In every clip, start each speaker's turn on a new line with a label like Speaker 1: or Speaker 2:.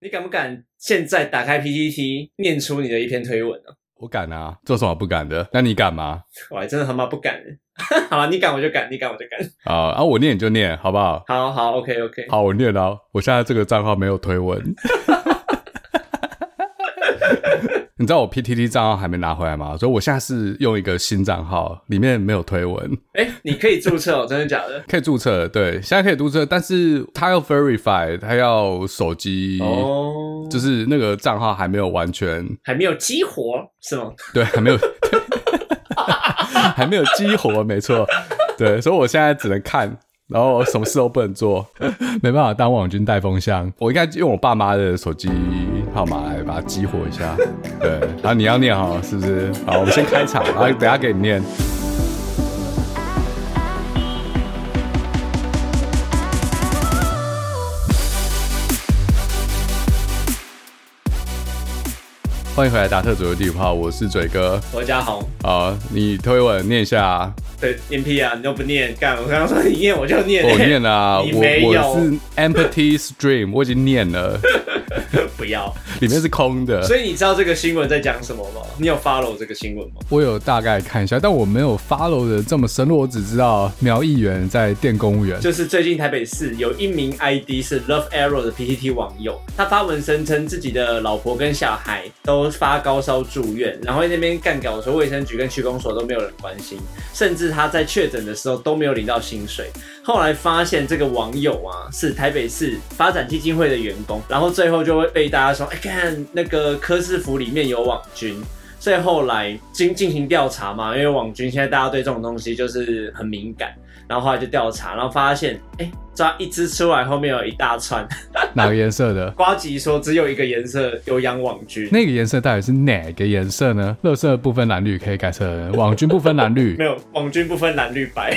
Speaker 1: 你敢不敢现在打开 PPT 念出你的一篇推文呢、
Speaker 2: 我敢啊，做什么不敢的？那你敢吗？
Speaker 1: 我还真的他妈不敢欸。 好了，你敢我就敢，你敢我就敢。
Speaker 2: 啊、啊，我念你就念，好不好？
Speaker 1: 好好，OK OK。
Speaker 2: 好，我念了哦。我现在这个账号没有推文。 你知道我 PTT 账号还没拿回来吗？所以我现在是用一个新账号，里面没有推文，
Speaker 1: 哎、你可以注册哦，真的假的？
Speaker 2: 可以注册。对，现在可以注册，但是它要 verify，它要手机，
Speaker 1: 哦，
Speaker 2: 嗯就是是那个账号还没有完全
Speaker 1: 还没有激活是吗？
Speaker 2: 对，还没有，对还没有激活，没错，对，所以我现在只能看，然后什么事都不能做，没办法当网军带风向。我应该用我爸妈的手机号码来把它激活一下。对，然后你要念哈，是不是？好，我们先开场，然后等一下给你念。欢迎回来，达特左右第五号，我是嘴哥。
Speaker 1: 我家红，
Speaker 2: 啊、你推文念一下、啊，
Speaker 1: 对，念屁啊，你都不念，干！我刚刚说你念我就念、
Speaker 2: 我念了、啊，
Speaker 1: 你
Speaker 2: 我
Speaker 1: 没
Speaker 2: 我
Speaker 1: 有
Speaker 2: 是 empty stream，我已经念了，
Speaker 1: 不要。
Speaker 2: 里面是空的。
Speaker 1: 所以你知道这个新闻在讲什么吗？你有 follow 这个新闻吗？
Speaker 2: 我有大概看一下，但我没有 follow 的这么深入，我只知道苗议员在电公务员。
Speaker 1: 就是最近台北市有一名 ID 是 Love Arrow 的 PTT 网友，他发文声称自己的老婆跟小孩都发高烧住院，然后在那边干搞说卫生局跟区公所都没有人关心，甚至他在确诊的时候都没有领到薪水。后来发现这个网友啊是台北市发展基金会的员工，然后最后就会被大家说，哎、看那个柯市府里面有网军。所以后来经进行调查嘛，因为网军现在大家对这种东西就是很敏感，然后后来就调查，然后发现，哎、抓一只出来，后面有一大串。
Speaker 2: 哪个颜色的？
Speaker 1: 瓜吉说只有一个颜色有养网军，
Speaker 2: 那个颜色到底是哪个颜色呢？乐色不分蓝绿，可以改成网军不分蓝 绿
Speaker 1: 没。有网军不分蓝绿白。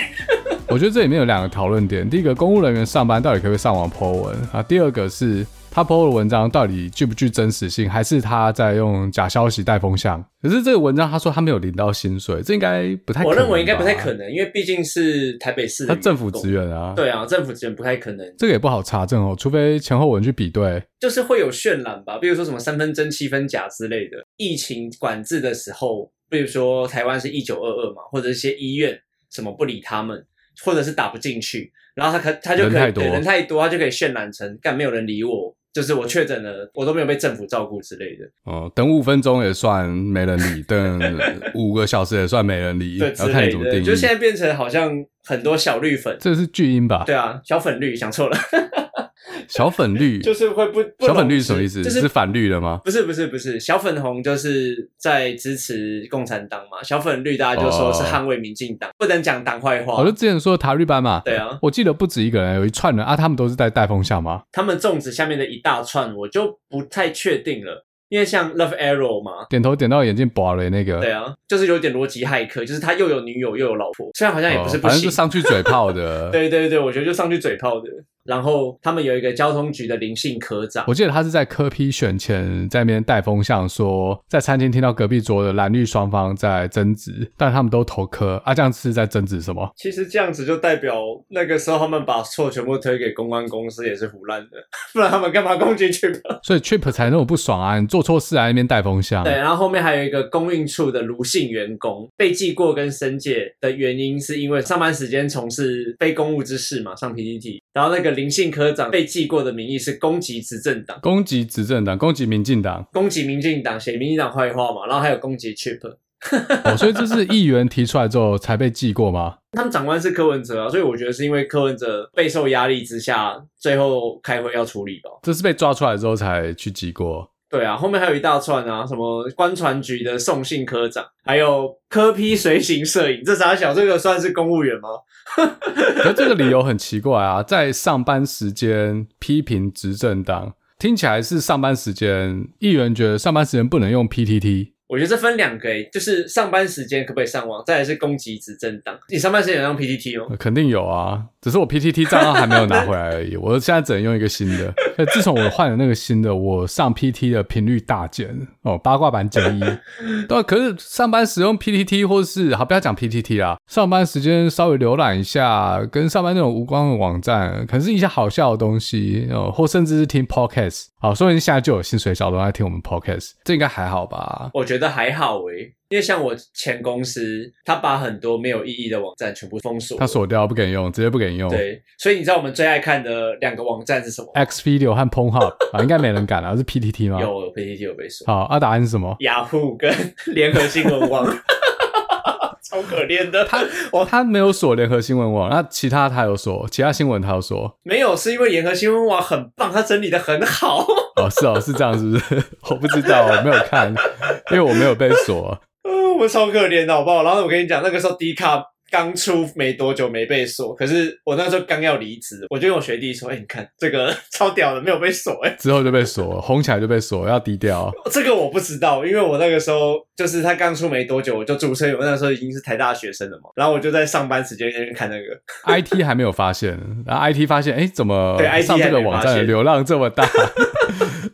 Speaker 2: 我觉得这里面有两个讨论点，第一个，公务人员上班到底可不可以上网 po 文啊？第二个是他 po 的文章到底具不具真实性，还是他在用假消息带风向？可是这个文章他说他没有领到薪水，这应该不太可
Speaker 1: 我
Speaker 2: 能吧，
Speaker 1: 认为应该不太可能，因为毕竟是台北市的
Speaker 2: 他政府资
Speaker 1: 员
Speaker 2: 源啊
Speaker 1: 工。，对啊，政府资源不太可能，
Speaker 2: 这个也不好查证哦，除非前后文去比对。
Speaker 1: 就是会有渲染吧，比如说什么三分真七分假之类的。疫情管制的时候，比如说台湾是一九二二嘛，或者一些医院什么不理他们，或者是打不进去，然后他可他就可以
Speaker 2: 人太多
Speaker 1: 对人太多，他就可以渲染成干没有人理我，就是我确诊了，我都没有被政府照顾之类的。
Speaker 2: 哦，等五分钟也算没人 理，等五个小时也算没人理，
Speaker 1: 对，之
Speaker 2: 要看你
Speaker 1: 类
Speaker 2: 怎么定
Speaker 1: 的，
Speaker 2: 义。
Speaker 1: 就现在变成好像很多小绿粉，
Speaker 2: 这是巨婴吧？
Speaker 1: 对啊，小粉绿想错了，
Speaker 2: 小粉绿，
Speaker 1: 就是会不不
Speaker 2: 小粉绿
Speaker 1: 容
Speaker 2: 是什么意思？
Speaker 1: 就是
Speaker 2: 是反绿的吗？
Speaker 1: 不是不是不是，小粉红就是在支持共产党嘛，小粉绿大家就说
Speaker 2: 哦
Speaker 1: 是捍卫民进党，不能讲党坏
Speaker 2: 我
Speaker 1: 话
Speaker 2: 就。之前说塔绿班嘛，
Speaker 1: 哦对啊，
Speaker 2: 我记得不止一个人，有一串人啊，他们都是在带风向吗？
Speaker 1: 他们粽子下面的一大串，我就不太确定了，因为像 Love Arrow 嘛，
Speaker 2: 点头点到眼睛拔了那个，
Speaker 1: 对啊，就是有点逻辑骇客，就是他又有女友又有老婆，虽然好像也不是
Speaker 2: 哦
Speaker 1: 不
Speaker 2: 反正
Speaker 1: 行
Speaker 2: 就，上去嘴炮的。
Speaker 1: 对啊对对，我觉得就上去嘴炮的。然后他们有一个交通局的林姓科长，
Speaker 2: 我记得他是在科批选前在那边带风向说，在餐厅听到隔壁桌的蓝绿双方在争执，但他们都投科啊，这样是在争执什么？
Speaker 1: 其实这样子就代表那个时候他们把错全部推给公关公司也是胡乱的， 不然他们干嘛攻击去
Speaker 2: 所以 Trip 才那么不爽啊，你做错事啊，那边带风向。
Speaker 1: 对，然后后面还有一个公运处的卢姓员工被记过跟申诫的原因，是因为上班时间从事非公务之事嘛，上 PPT。然后那个林姓科长被记过的名义是攻击执政党，、
Speaker 2: 攻击执政党，攻击民进党
Speaker 1: 攻击民进党，写民进党坏话嘛，然后还有攻击 Chip。
Speaker 2: 哦，所以这是议员提出来之后才被记过吗？
Speaker 1: 他们长官是柯文哲啊，所以我觉得是因为柯文哲备受压力之下，最后开会要处理吧。
Speaker 2: 这是被抓出来之后才去记过。
Speaker 1: 对啊，后面还有一大串啊，什么官船局的送信科长，还有科批随行摄影，这傻小这个算是公务员吗？
Speaker 2: 可这个理由很奇怪啊，在上班时间批评执政党，听起来是上班时间，议员觉得上班时间不能用 PTT，
Speaker 1: 我觉得这分两个、欸，就是上班时间可不可以上网，再来是攻击执政党。你上班时间有用 PTT 吗？
Speaker 2: 呃肯定有啊，只是我 PTT 账号还没有拿回来而已，我现在只能用一个新的。呃自从我换了那个新的，我上 PT 的频率大减哦，八卦版减一。对啊，可是上班使用 PTT 或是好不要讲 PTT 啦，上班时间稍微浏览一下跟上班那种无关的网站，可能是一些好笑的东西哦，或甚至是听 podcast。好，说不定现在就有薪水小偷在听我们 podcast，这应该还好吧？
Speaker 1: 我觉得还好诶、因为像我前公司，他把很多没有意义的网站全部封锁了。
Speaker 2: 他锁掉不给你用，直接不给你用。
Speaker 1: 对，所以你知道我们最爱看的两个网站是什么？
Speaker 2: X Video 和 Pornhub 啊，应该没人敢啊，是 PTT 吗？。
Speaker 1: 有 PTT 有被锁，
Speaker 2: 好，啊，答案是什么？
Speaker 1: 雅虎跟联合新闻网， 超可怜的。他
Speaker 2: 哦，他没有锁联合新闻网，那其他他有锁，其他新闻他有锁。
Speaker 1: 没有，是因为联合新闻网很棒，它整理的很好。
Speaker 2: 哦，是哦，是这样，是不是？ 我不知道，我没有看，因为我没有被锁。
Speaker 1: 呃，我超可怜的，好不好？然后我跟你讲，那个时候 D 卡刚出没多久，没被锁。可是我那时候刚要离职，我就跟我学弟说：“哎、你看这个超屌的，没有被 锁。”哎，
Speaker 2: 之后就被锁了，红起来就被锁，要低调。
Speaker 1: 这个我不知道，因为我那个时候就是他刚出没多久，我就注册，我那时候已经是台大学生了嘛。然后我就在上班时间那边看那个，
Speaker 2: IT 还没有发现，然后 IT 发现，哎，怎么
Speaker 1: 对 IT
Speaker 2: 上这个网
Speaker 1: 还没发
Speaker 2: 站的
Speaker 1: 现
Speaker 2: 流浪这么大，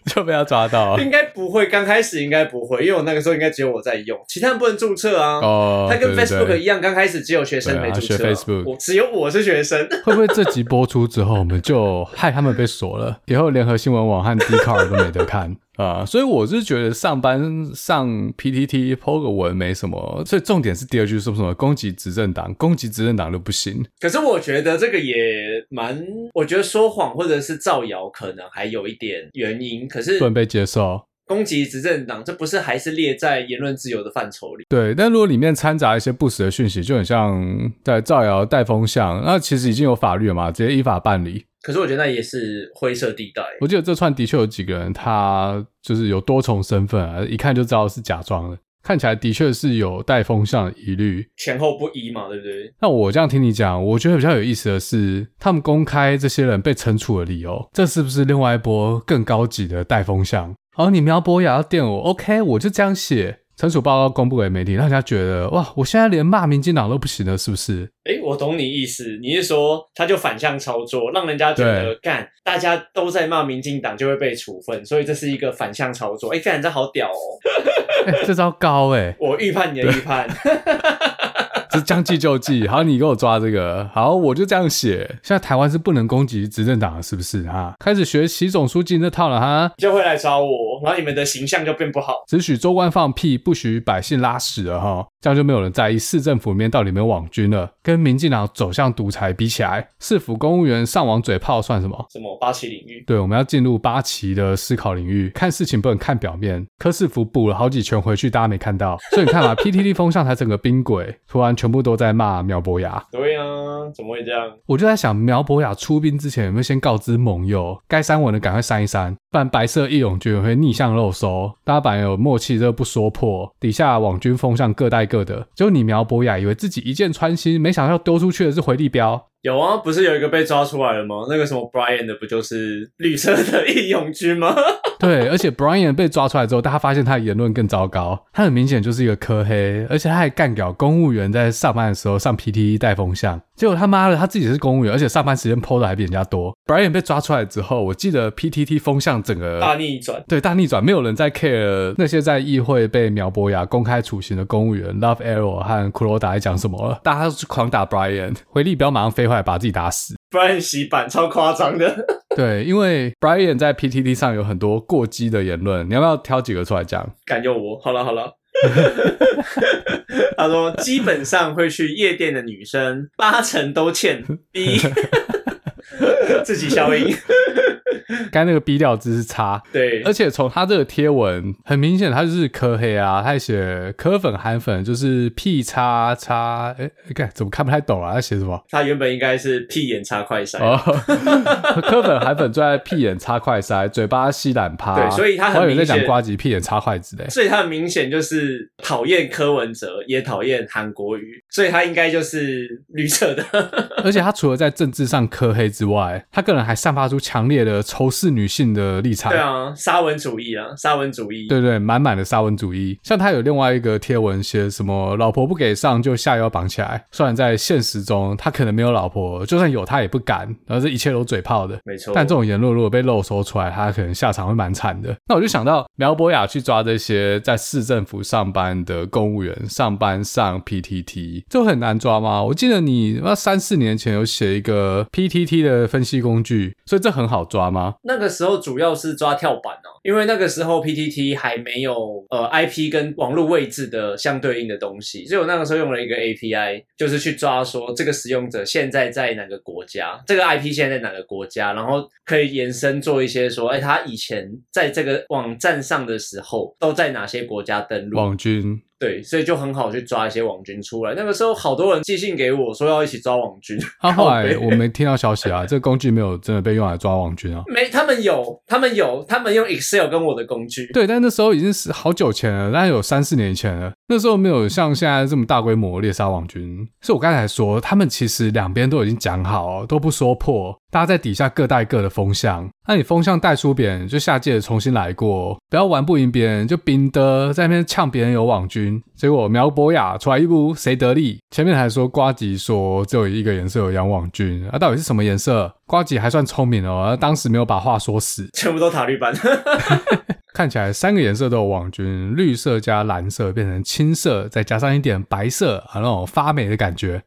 Speaker 2: 就被他抓 到。
Speaker 1: 应该不会，刚开始应该不会，因为我那个时候应该只有我在用，其他人不能注册啊。
Speaker 2: 哦，
Speaker 1: 他跟
Speaker 2: 对对
Speaker 1: Facebook
Speaker 2: 对
Speaker 1: 一样，刚开始只有学生没注册、
Speaker 2: 对啊学 Facebook
Speaker 1: 我只有我是学生。
Speaker 2: 会不会这集播出之后，我们就害他们被锁了？ 以后联合新闻网和 d c a r 都没得看 啊、所以我是觉得上班上 PTT 抛个文没什么，所以重点是第二句是不是什么攻击执政党，攻击执政党就不行。
Speaker 1: 可是我觉得这个也蛮，我觉得说谎或者是造谣可能还有一点原因，可是
Speaker 2: 不能被接 受。
Speaker 1: 攻击执政党，这不是还是列在言论自由的范畴里？
Speaker 2: 对，但如果里面掺杂一些不实的讯息，就很像在造谣带风向，那其实已经有法律了嘛，直接依法办理。
Speaker 1: 可是我觉得那也是灰色地带。
Speaker 2: 我记得这串的确有几个人，他就是有多重身份啊，一看就知道是假装的，看起来的确是有带风向的疑虑。
Speaker 1: 前后不一嘛，对不对？
Speaker 2: 那我这样听你讲，我觉得比较有意思的是，他们公开这些人被惩处的理由，这是不是另外一波更高级的带风向？好，你苗博雅要电我，OK，我就这样写。惩处报告公布给媒体，让人家觉得哇，我现在连骂民进党都不行了，是不是？
Speaker 1: 诶，我懂你意思，你是说他就反向操作，让人家觉得干大家都在骂民进党就会被处分，所以这是一个反向操作。诶，干这好屌哦！
Speaker 2: 哎、这招高哎、
Speaker 1: 我预判你的预判，
Speaker 2: 这将计就计。好，你给我抓这个，好，我就这样写。现在台湾是不能攻击执政党的，是不是啊？开始学习总书记那套了哈。
Speaker 1: 就会来找我，然后你们的形象就变不好。
Speaker 2: 只许州官放屁，不许百姓拉屎了哈，这样就没有人在意市政府里面到底有没有网军了。跟民进党走向独裁比起来，市府公务员上网嘴炮算什么？
Speaker 1: 什么八旗领域？
Speaker 2: 对，我们要进入八旗的思考领域，看事情不能看表面。柯市府补了好几拳回去，大家没看到，所以你看嘛，PTT 风向才整个冰鬼，突然全部都在骂苗博雅。
Speaker 1: 对啊，怎么会这样？
Speaker 2: 我就在想，苗博雅出兵之前有没有先告知盟友，该删文的赶快删一删，不然白色义勇军会逆向漏收。大家本来有默契，这不说破，底下网军风向各带各的。结果你苗博雅以为自己一箭穿心，没想到丢出去的是回力镖。
Speaker 1: 有啊，不是有一个被抓出来了吗？那个什么 Brian 的不就是绿色的义勇军 吗？
Speaker 2: 对，而且 Brian 被抓出来之后，大家发现他的言论更糟糕，他很明显就是一个科黑，而且他还干掉公务员在上班的时候上 PTE 带风向，结果他妈的他自己是公务员，而且上班时间 PO 的还比人家多。Brian 被抓出来之后，我记得 PTT 风向整个
Speaker 1: 大逆转，
Speaker 2: 对大逆转，没有人在 care 那些在议会被苗博雅公开处刑的公务员 Love Arrow 和库罗达在讲什么了，大家都去狂打 Brian，回力不要马上飞回来把自己打死。
Speaker 1: b r i a n 洗版超夸张的。
Speaker 2: 对，因为 Brian 在 PTT 上有很多过激的言论，你要不要挑几个出来讲？
Speaker 1: 敢有我？好了好了。 他说，基本上会去夜店的女生，八成都 欠 B，自己消音。
Speaker 2: 刚才那个 B 调字是差，
Speaker 1: 对
Speaker 2: 而，且从他这个贴文，很明显他就是科黑啊，他还写科粉、韩粉，就是 P 叉叉，哎，看怎么看不太懂啊？他写什么？
Speaker 1: 他原本应该是屁眼插快塞。
Speaker 2: 哦，柯粉韩粉最爱屁眼插快塞，嘴巴吸懒趴。
Speaker 1: 对所以他很
Speaker 2: 我还以为在
Speaker 1: 明显
Speaker 2: 讲瓜吉屁眼插筷子嘞。
Speaker 1: 所以他很明显就是讨厌柯文哲，也讨厌韩国瑜，所以他应该就是绿色的。
Speaker 2: 而且他除了在政治上科黑之外，他个人还散发出强烈的仇视女性的立场。
Speaker 1: 对啊，沙文主义啊，沙文主义。
Speaker 2: 对对，满满的沙文主义。像他有另外一个贴文写什么“老婆不给上就下腰绑起来”，虽然在现实中他可能没有老婆，就算有他也不敢，然后这一切都嘴炮的。
Speaker 1: 没错。
Speaker 2: 但这种言论如果被漏收出来，他可能下场会蛮惨的。那我就想到苗博雅去抓这些在市政府上班的公务员，上班上 PTT，这很难抓吗？我记得你那三四年前有写一个 PTT 的分析工具，所以这很好抓吗？
Speaker 1: 那个时候主要是抓跳板哦、因为那个时候 PTT 还没有呃 IP 跟网络位置的相对应的东西，所以我那个时候用了一个 API，就是去抓说这个使用者现在在哪个国家，这个 IP 现在在哪个国家，然后可以延伸做一些说，哎，他以前在这个网站上的时候都在哪些国家登录，
Speaker 2: 网军
Speaker 1: 对，所以就很好去抓一些网军出来。那个时候好多人寄信给我说要一起抓网军，
Speaker 2: 他、啊后来
Speaker 1: 靠北
Speaker 2: 我没听到消息啊，这个工具没有真的被用来抓网军啊。
Speaker 1: 没，他们有，他们有，他们用 Excel 跟我的工具，
Speaker 2: 对，但那时候已经是好久前了，大概有三四年前了。那时候没有像现在这么大规模猎杀网军，所以我刚才说，他们其实两边都已经讲好，都不说破，大家在底下各带各的风向。那你风向带输别人，就下届重新来过，不要玩不赢别人就冰的，在那边呛别人有网军。结果苗博雅出来一步，谁得利？前面还说瓜吉说只有一个颜色有养网军，啊，到底是什么颜色？瓜吉还算聪明哦，他当时没有把话说死。
Speaker 1: 全部都塔利班。
Speaker 2: 看起来三个颜色都有网军，绿色加蓝色变成青色，再加上一点白色，啊，那种发霉的 感觉。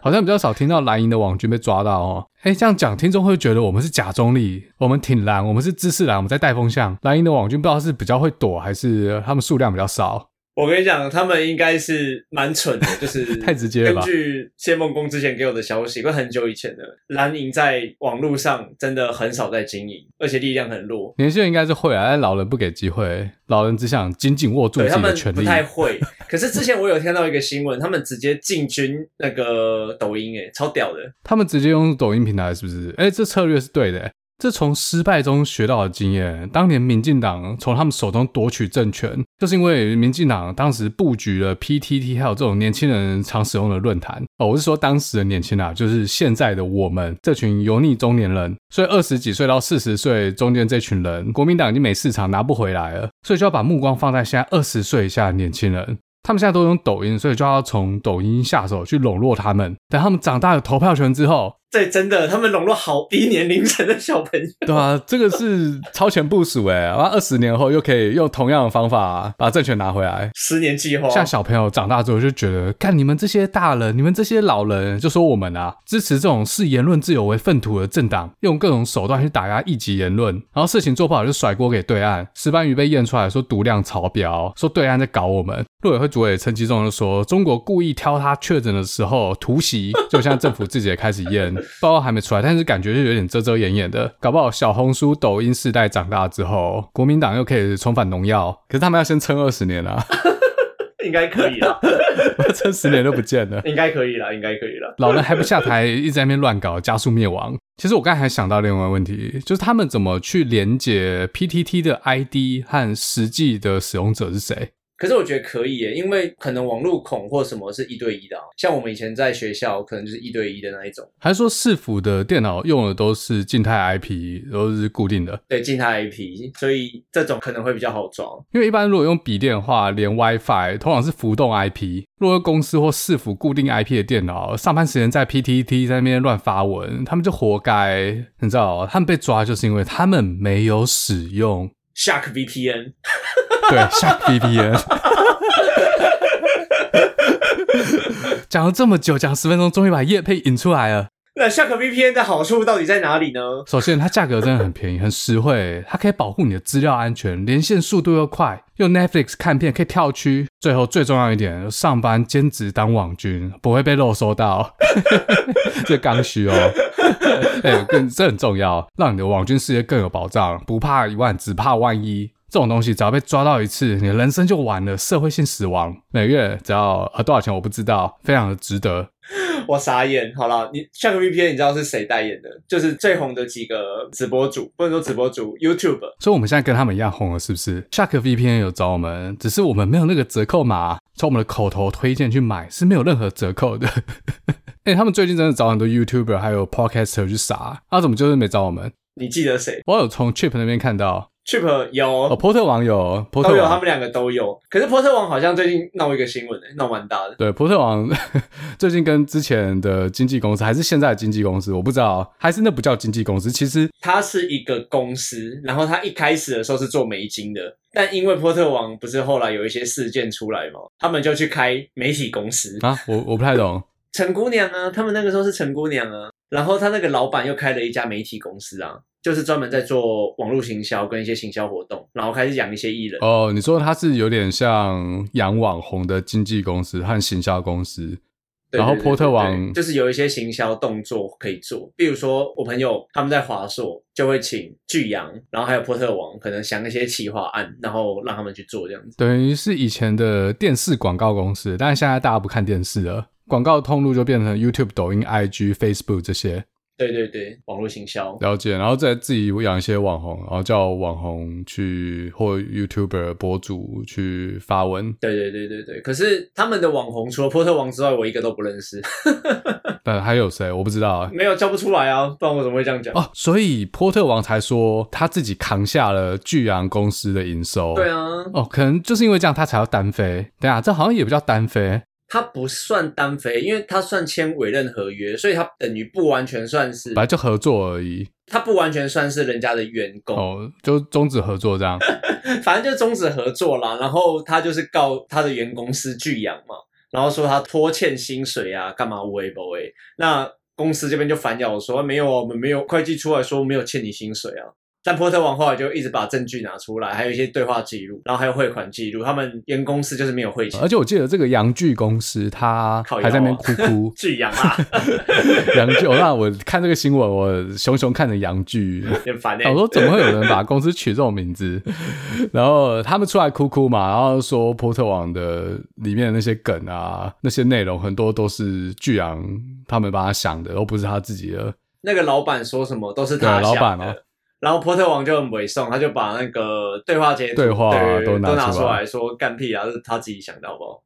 Speaker 2: 好像比较少听到蓝营的网军被抓到哦。哎，这样讲听众会觉得我们是假中立，我们挺蓝，我们是知识蓝，我们在带风向。蓝营的网军不知道是比较会躲，还是他们数量比较少。
Speaker 1: 我跟你讲，他们应该是蛮蠢的， 就是
Speaker 2: 太直接了吧
Speaker 1: 根哎据谢梦工之前给我的消息，会很久以前的，蓝营在网络上真的很少在经营，而且力量很弱。
Speaker 2: 年轻人应该是会啊，但老人不给机会，老人只想紧紧握住
Speaker 1: 对他
Speaker 2: 自己的
Speaker 1: 们
Speaker 2: 权
Speaker 1: 不
Speaker 2: 利。
Speaker 1: 太 会，可是之前我有听到一个新闻，他们直接进军那个抖音、欸，超屌的。
Speaker 2: 他们直接用抖音平台是不是？哎、这策略是对的、这从失败中学到的经验。当年民进党从他们手中夺取政权，就是因为民进党当时布局了 PTT，还有这种年轻人常使用的论坛。哦，我是说当时的年轻啊，就是现在的我们这群油腻中年人。所以二十几岁到四十岁中间这群人，国民党已经没市场拿不回来了，所以就要把目光放在现在二十岁以下的年轻人。他们现在都用抖音，所以就要从抖音下手去笼络他们。等他们长大有投票权之后，
Speaker 1: 对，真的，他们笼络好低年龄层的小朋友。
Speaker 2: 对啊，这个是超前部署哎、欸，完二十年后又可以用同样的方法把政权拿回来。
Speaker 1: 十年计划，
Speaker 2: 像小朋友长大之后就觉得，看你们这些大人，你们这些老人，就说我们啊，支持这种视言论自由为粪土的政党，用各种手段去打压异己言论，然后事情做不好就甩锅给对岸。石斑鱼被验出来说毒量超标，说对岸在搞我们。陆委会主委陈吉仲就说，中国故意挑他确诊的时候突袭， 就像政府自己也开始验，报告还没出来，但是感觉就有点遮遮掩掩的。搞不好小红书、抖音世代长大之后，国民党又可以重返农药，可是他们要先撑二十年啊，
Speaker 1: 应该可以啦，
Speaker 2: 撑十年都不见了。
Speaker 1: 应该可以啦，应该可以啦。
Speaker 2: 老人还不下台，一直在那边乱搞，加速灭亡。其实我刚才还想到另外一个问题，就是他们怎么去连接 PTT 的 ID 和实际的使用者是谁？
Speaker 1: 可是我觉得可以耶，因为可能网络恐或什么是一对一的、啊，像我们以前在学校可能就是一对一的那一种，
Speaker 2: 还是说市府的电脑用的都是静态 IP，都是固定的？
Speaker 1: 对，静态 IP，所以这种可能会比较好装。
Speaker 2: 因为一般如果用笔电的话，连 WiFi 通常是浮动 IP。如果用公司或市府固定 IP 的电脑，上班时间在 PTT 在那边乱发文，他们就活该。你知道，哦他们被抓就是因为他们没有使用
Speaker 1: Shark VPN，
Speaker 2: 对，下 VPN。讲了这么久，讲十分钟，终于把叶配引出来了。
Speaker 1: 那 Shark VPN 的好处到底在哪里呢？
Speaker 2: 首先，它价格真的很便宜，很实惠，它可以保护你的资料安全，连线速度又快，用 Netflix 看片可以跳区。最后最重要一点，上班兼职当网军不会被漏收到， 这刚需哦。 哎、更这很重要，让你的网军事业更有保障，不怕一万，只怕万一。这种东西只要被抓到一次，你的人生就完了，社会性死亡。每月只要呃多少钱我不知道，非常的值得。
Speaker 1: 我傻眼。好了，你 Shark VPN 你知道是谁代言的？就是最红的几个直播主，不能说直播主，YouTube。
Speaker 2: 所以我们现在跟他们一样红了，是不是？Shark VPN 有找我们，只是我们没有那个折扣码，从我们的口头推荐去买是没有任何折扣的。 哎、他们最近真的找很多 YouTuber 还有 Podcaster 啊去撒，他、怎么就是没找我们？
Speaker 1: 你记得谁
Speaker 2: 我有从 Chip 那边看到，
Speaker 1: ？Chip 有、
Speaker 2: 哦，波特网友，波
Speaker 1: 都
Speaker 2: 特
Speaker 1: 哦有，他
Speaker 2: 网
Speaker 1: 们两个都有。可是波特王好像最近闹一个新闻、欸，闹蛮大的。
Speaker 2: 对，波特网 最近跟之前的经纪公司，还是现在的经纪公司，我不知道，还是那不叫经纪公司，其实
Speaker 1: 它是一个公司，然后它一开始的时候是做美金的，但因为波特王不是后来有一些事件出来嘛，他们就去开媒体公司。
Speaker 2: 啊，我我不太懂，
Speaker 1: 陈姑娘啊，他们那个时候是陈姑娘啊，然后他那个老板又开了一家媒体公司啊，就是专门在做网络行销跟一些行销活动，然后开始养一些艺人。
Speaker 2: 哦，你说它是有点像养网红的经纪公司和行销公司，
Speaker 1: 对
Speaker 2: 然后
Speaker 1: 对对
Speaker 2: 波特
Speaker 1: 对对
Speaker 2: 王
Speaker 1: 就是有一些行销动作可以做，比如说我朋友他们在华硕就会请巨阳，然后还有波特王，可能想一些企划案，然后让他们去做这样子。
Speaker 2: 等于是以前的电视广告公司，但是现在大家不看电视了，广告通路就变成 YouTube、抖音、IG、Facebook 这些，
Speaker 1: 对对对，网络行销。
Speaker 2: 了解，然后再自己养一些网红，然后叫网红去或 YouTuber 博主去发文，
Speaker 1: 对对对对对，可是他们的网红除了波特王之外，我一个都不认识，
Speaker 2: 但还有谁我不知道啊。
Speaker 1: 没有叫不出来啊，不然我怎么会这样讲？
Speaker 2: 哦，所以波特王才说他自己扛下了巨阳公司的营收。
Speaker 1: 对啊，
Speaker 2: 哦，可能就是因为这样，他才要单飞。等一下，这好像也不叫单飞，
Speaker 1: 他不算单飞，因为他算签委任合约，所以他等于不完全算是
Speaker 2: 本，来就合作而已。
Speaker 1: 他不完全算是人家的员工，
Speaker 2: 哦，就终止合作这样。
Speaker 1: 反正就终止合作啦。然后他就是告他的原公司巨阳嘛，然后说他拖欠薪水啊，干嘛无为不为。那公司这边就反咬说没有啊，我们没有会计出来说没有欠你薪水啊。但波特王后来就一直把证据拿出来，还有一些对话记录，然后还有汇款记录，他们原公司就是没有汇钱。
Speaker 2: 而且我记得这个洋剧公司，他
Speaker 1: 靠腰啊。
Speaker 2: 还在那边哭哭
Speaker 1: 巨阳啊，
Speaker 2: 洋剧，我让我看这个新闻，我熊熊看着洋剧。
Speaker 1: 很烦哎、
Speaker 2: 我说怎么会有人把公司取这种名字？ 然后他们出来哭哭嘛，然后说波特网的里面的那些梗啊，那些内容很多都是巨阳他们帮他想的，而不是他自己的。
Speaker 1: 那个老板说什么都是
Speaker 2: 对
Speaker 1: 他
Speaker 2: 老
Speaker 1: 想
Speaker 2: 板
Speaker 1: 的
Speaker 2: 哦
Speaker 1: 然后波特王就很猥琐，他就把那个对话截图
Speaker 2: 对话啊
Speaker 1: 都
Speaker 2: 都拿出来
Speaker 1: 拿出来说干屁啊，是他自己想的，好不 好？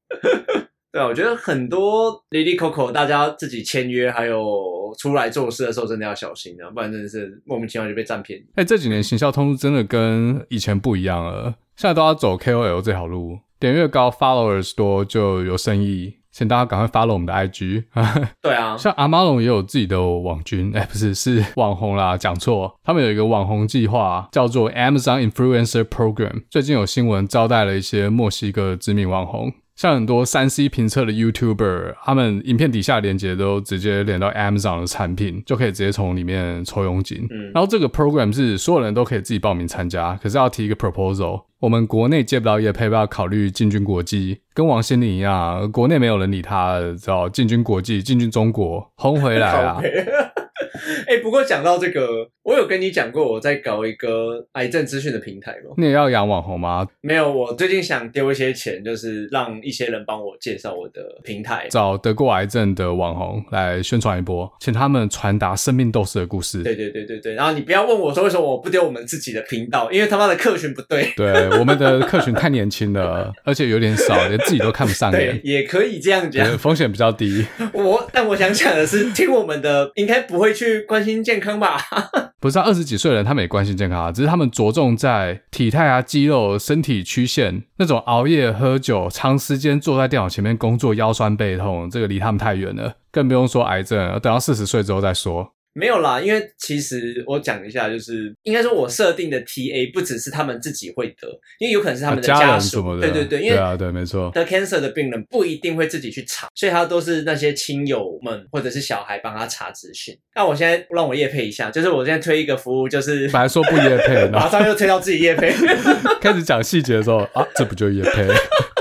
Speaker 1: 对啊，我觉得很多 Lily Coco 大家自己签约还有出来做事的时候，真的要小心啊，不然真的是莫名其妙就被占便宜。
Speaker 2: 哎、这几年行销通路真的跟以前不一样了，现在都要走 KOL 这条路，点越高，followers 多就有生意。请大家赶快 follow 我们的 IG，
Speaker 1: 对啊，
Speaker 2: 像阿玛龙也有自己的网军，哎、不是是网红啦，讲错。他们有一个网红计划叫做 Amazon Influencer Program，最近有新闻招待了一些墨西哥知名网红，像很多三 C 评测的 YouTuber，他们影片底下连接都直接连到 Amazon 的产品，就可以直接从里面抽佣金。
Speaker 1: 嗯
Speaker 2: 然后这个 program 是所有人都可以自己报名参加，可是要提一个 proposal。我们国内接不到业配，要考虑进军国际，跟王心凌一样，啊国内没有人理他，知道进军国际，进军中国，红回来
Speaker 1: 靠
Speaker 2: 啊
Speaker 1: 北。哎、不过讲到这个，我有跟你讲过我在搞一个癌症资讯的平台吗？
Speaker 2: 你也要养网红吗？
Speaker 1: 没有，我最近想丢一些钱，就是让一些人帮我介绍我的平台。
Speaker 2: 找得过癌症的网红来宣传一波，请他们传达生命斗士的故事。
Speaker 1: 对对对对对，然后你不要问我说为什么我不丢我们自己的频道，因为他妈的客群不对。
Speaker 2: 对，我们的客群太年轻了，而且有点少，连自己都看不上
Speaker 1: 对
Speaker 2: 眼，，
Speaker 1: 也可以这样
Speaker 2: 啊对
Speaker 1: 讲。
Speaker 2: 风险比较低。
Speaker 1: 我但我想讲的是，听我们的应该不会去关心健康吧？
Speaker 2: 不是、啊，二十几岁的人他们也关心健康啊，只是他们着重在体态啊、肌肉、身体曲线那种熬夜、喝酒、长时间坐在电脑前面工作、腰酸背痛，这个离他们太远了，更不用说癌症了，等到四十岁之后再说。
Speaker 1: 没有啦，因为其实我讲一下，就是应该说我设定的 TA 不只是他们自己会得，因为有可能是他们的
Speaker 2: 啊家人
Speaker 1: 属。
Speaker 2: 什么的，
Speaker 1: 对对对，因
Speaker 2: 对
Speaker 1: 为
Speaker 2: 啊，对，没错。
Speaker 1: 得 cancer 的病人不一定会自己去查，所以他都是那些亲友们或者是小孩帮他查资讯。那我现在让我夜配一下，就是我现在推一个服务，就是
Speaker 2: 本来说不夜配，然
Speaker 1: 马
Speaker 2: 后啊
Speaker 1: 上又推到自己夜配。
Speaker 2: 开始讲细节的时候啊，这不就夜配？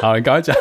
Speaker 2: 好，你赶快讲，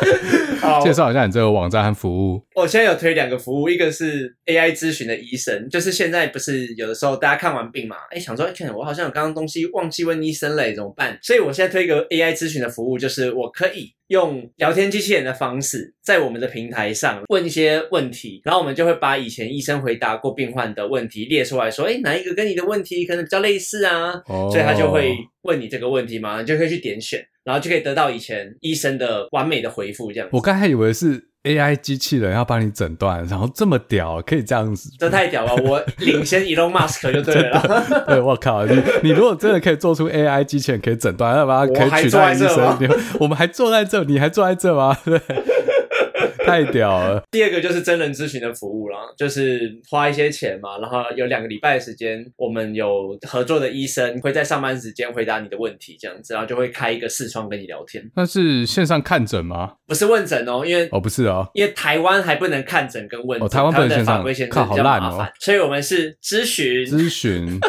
Speaker 1: 好
Speaker 2: 介绍一下你这个网站和服务。
Speaker 1: 我现在有推两个服务，一个是 AI 咨询的医生，就是现在不是有的时候大家看完病嘛，哎，想说，哎，看我好像有刚刚东西忘记问医生嘞，怎么办？所以我现在推一个 AI 咨询的服务，就是我可以用聊天机器人的方式，在我们的平台上问一些问题，然后我们就会把以前医生回答过病患的问题列出来说，哎，哪一个跟你的问题可能比较类似啊？
Speaker 2: 哦
Speaker 1: 所以他就会问你这个问题嘛，你就可以去点选，然后就可以得到以前医生的完美的回复，这样子。
Speaker 2: 我刚才以为是 AI 机器人要帮你诊断，然后这么屌，可以这样子。
Speaker 1: 这太屌 了！我领先 Elon Musk 就对啊了。
Speaker 2: 对，我靠！你你如果真的可以做出 AI 机器人可以诊断，要不然
Speaker 1: 我
Speaker 2: 可以
Speaker 1: 还
Speaker 2: 取
Speaker 1: 坐在
Speaker 2: 代医
Speaker 1: 这
Speaker 2: 生
Speaker 1: 吗。
Speaker 2: 你 我们还坐在这，你还坐在这吗？ 对，太屌了！
Speaker 1: 第二个就是真人咨询的服务啦，就是花一些钱嘛，然后有两个礼拜的时间，我们有合作的医生会在上班时间回答你的问题，这样子，然后就会开一个视窗跟你聊天，
Speaker 2: 那是线上看诊吗？
Speaker 1: 不是问诊哦，因为
Speaker 2: 哦，不是哦，
Speaker 1: 因为台湾还不能看诊跟问诊，
Speaker 2: 哦台湾不能
Speaker 1: 的
Speaker 2: 线上
Speaker 1: 法规限制
Speaker 2: 靠好
Speaker 1: 比较
Speaker 2: 烂
Speaker 1: 麻
Speaker 2: 哦
Speaker 1: 烦，所以我们是咨询。
Speaker 2: 咨询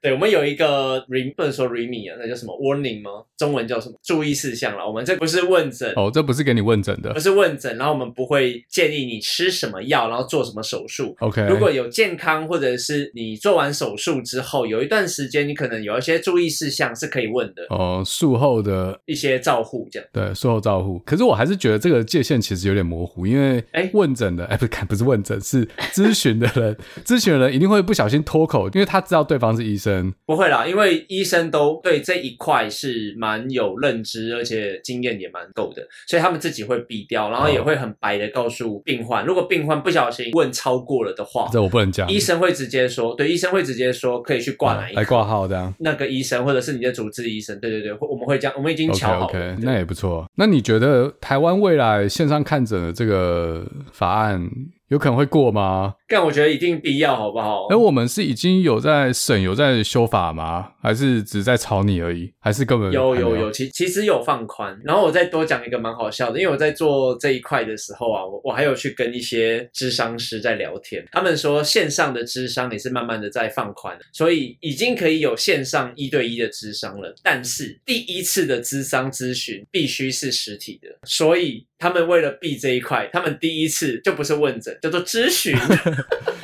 Speaker 1: 对，我们有一个 re 不能说 remi 啊，那叫什么 warning 吗？中文叫什么？注意事项啦。我们这不是问诊，
Speaker 2: 哦，这不是给你问诊 的
Speaker 1: 不。是问诊，然后我们不会建议你吃什么药，然后做什么手术。
Speaker 2: OK，
Speaker 1: 如果有健康，或者是你做完手术之后，有一段时间，你可能有一些注意事项是可以问的，
Speaker 2: 哦，术后的
Speaker 1: 一些照护这样。
Speaker 2: 对，术后照护。可是我还是觉得这个界限其实有点模糊，因为
Speaker 1: 哎
Speaker 2: 问诊的，哎、不是看，不是问诊，是咨询的人， 咨询的人一定会不小心脱口，因为他知道对方是医生。
Speaker 1: 不会啦，因为医生都对这一块是蛮有认知，而且经验也蛮够的，所以他们自己会避掉，
Speaker 2: 哦
Speaker 1: 然后也会很白的告诉病患，如果病患不小心问超过了的话，
Speaker 2: 这我不能讲。
Speaker 1: 医生会啊直接说，对，医生会直接说可以去挂哪一
Speaker 2: 哦来
Speaker 1: 科。
Speaker 2: 挂号这样。
Speaker 1: 那个医生，或者是你的主治医生，对对对，会我们会这样，我们已经
Speaker 2: OK
Speaker 1: 瞧好
Speaker 2: OK，
Speaker 1: 了。对
Speaker 2: 那也不错。那你觉得台湾未来线上看诊的这个法案有可能会过吗？
Speaker 1: 但我觉得一定必要，好不好？
Speaker 2: 哎，我们是已经有在审、有在修法吗？还是只在吵你而已？还是根本
Speaker 1: 有
Speaker 2: 还没
Speaker 1: 有有，？其其实有放宽。然后我再多讲一个蛮好笑的，因为我在做这一块的时候啊，我我还有去跟一些智商师在聊天，他们说线上的智商也是慢慢的在放宽，所以已经可以有线上一对一的智商了。但是第一次的智商咨询必须是实体的，所以他们为了避这一块，他们第一次就不是问诊，叫做咨询。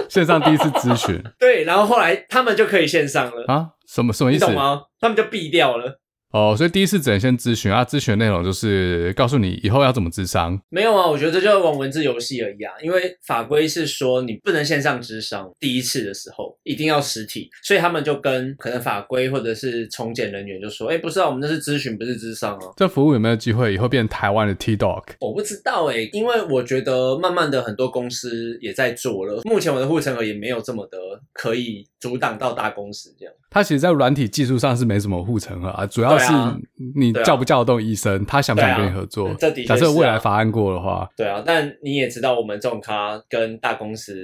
Speaker 2: 线上第一次咨询
Speaker 1: 对，然后后来他们就可以线上了，
Speaker 2: 啊？什么什么意
Speaker 1: 你
Speaker 2: 思？
Speaker 1: 懂吗？他们就避掉了。
Speaker 2: 哦，所以第一次只能先咨询啊，咨询的内容就是告诉你以后要怎么智商。
Speaker 1: 没有啊，我觉得这就玩文字游戏而已啊，因为法规是说你不能线上智商，第一次的时候一定要实体，所以他们就跟可能法规或者是从检人员就说，哎，不是啊，我们那是咨询，不是智商啊。
Speaker 2: 这服务有没有机会以后变台湾的 T Dog？
Speaker 1: 我不知道哎、因为我觉得慢慢的很多公司也在做了，目前我的护城河也没有这么的可以阻挡到大公司这样。
Speaker 2: 它其实，在软体技术上是没什么护城河啊，主要是
Speaker 1: 对啊
Speaker 2: 你
Speaker 1: 对啊
Speaker 2: 叫不叫得动医生，他想不想跟你合作。
Speaker 1: 对啊这的确
Speaker 2: 假设
Speaker 1: 是啊
Speaker 2: 未来法案过的话，
Speaker 1: 对啊，但你也知道，我们这种咖跟大公司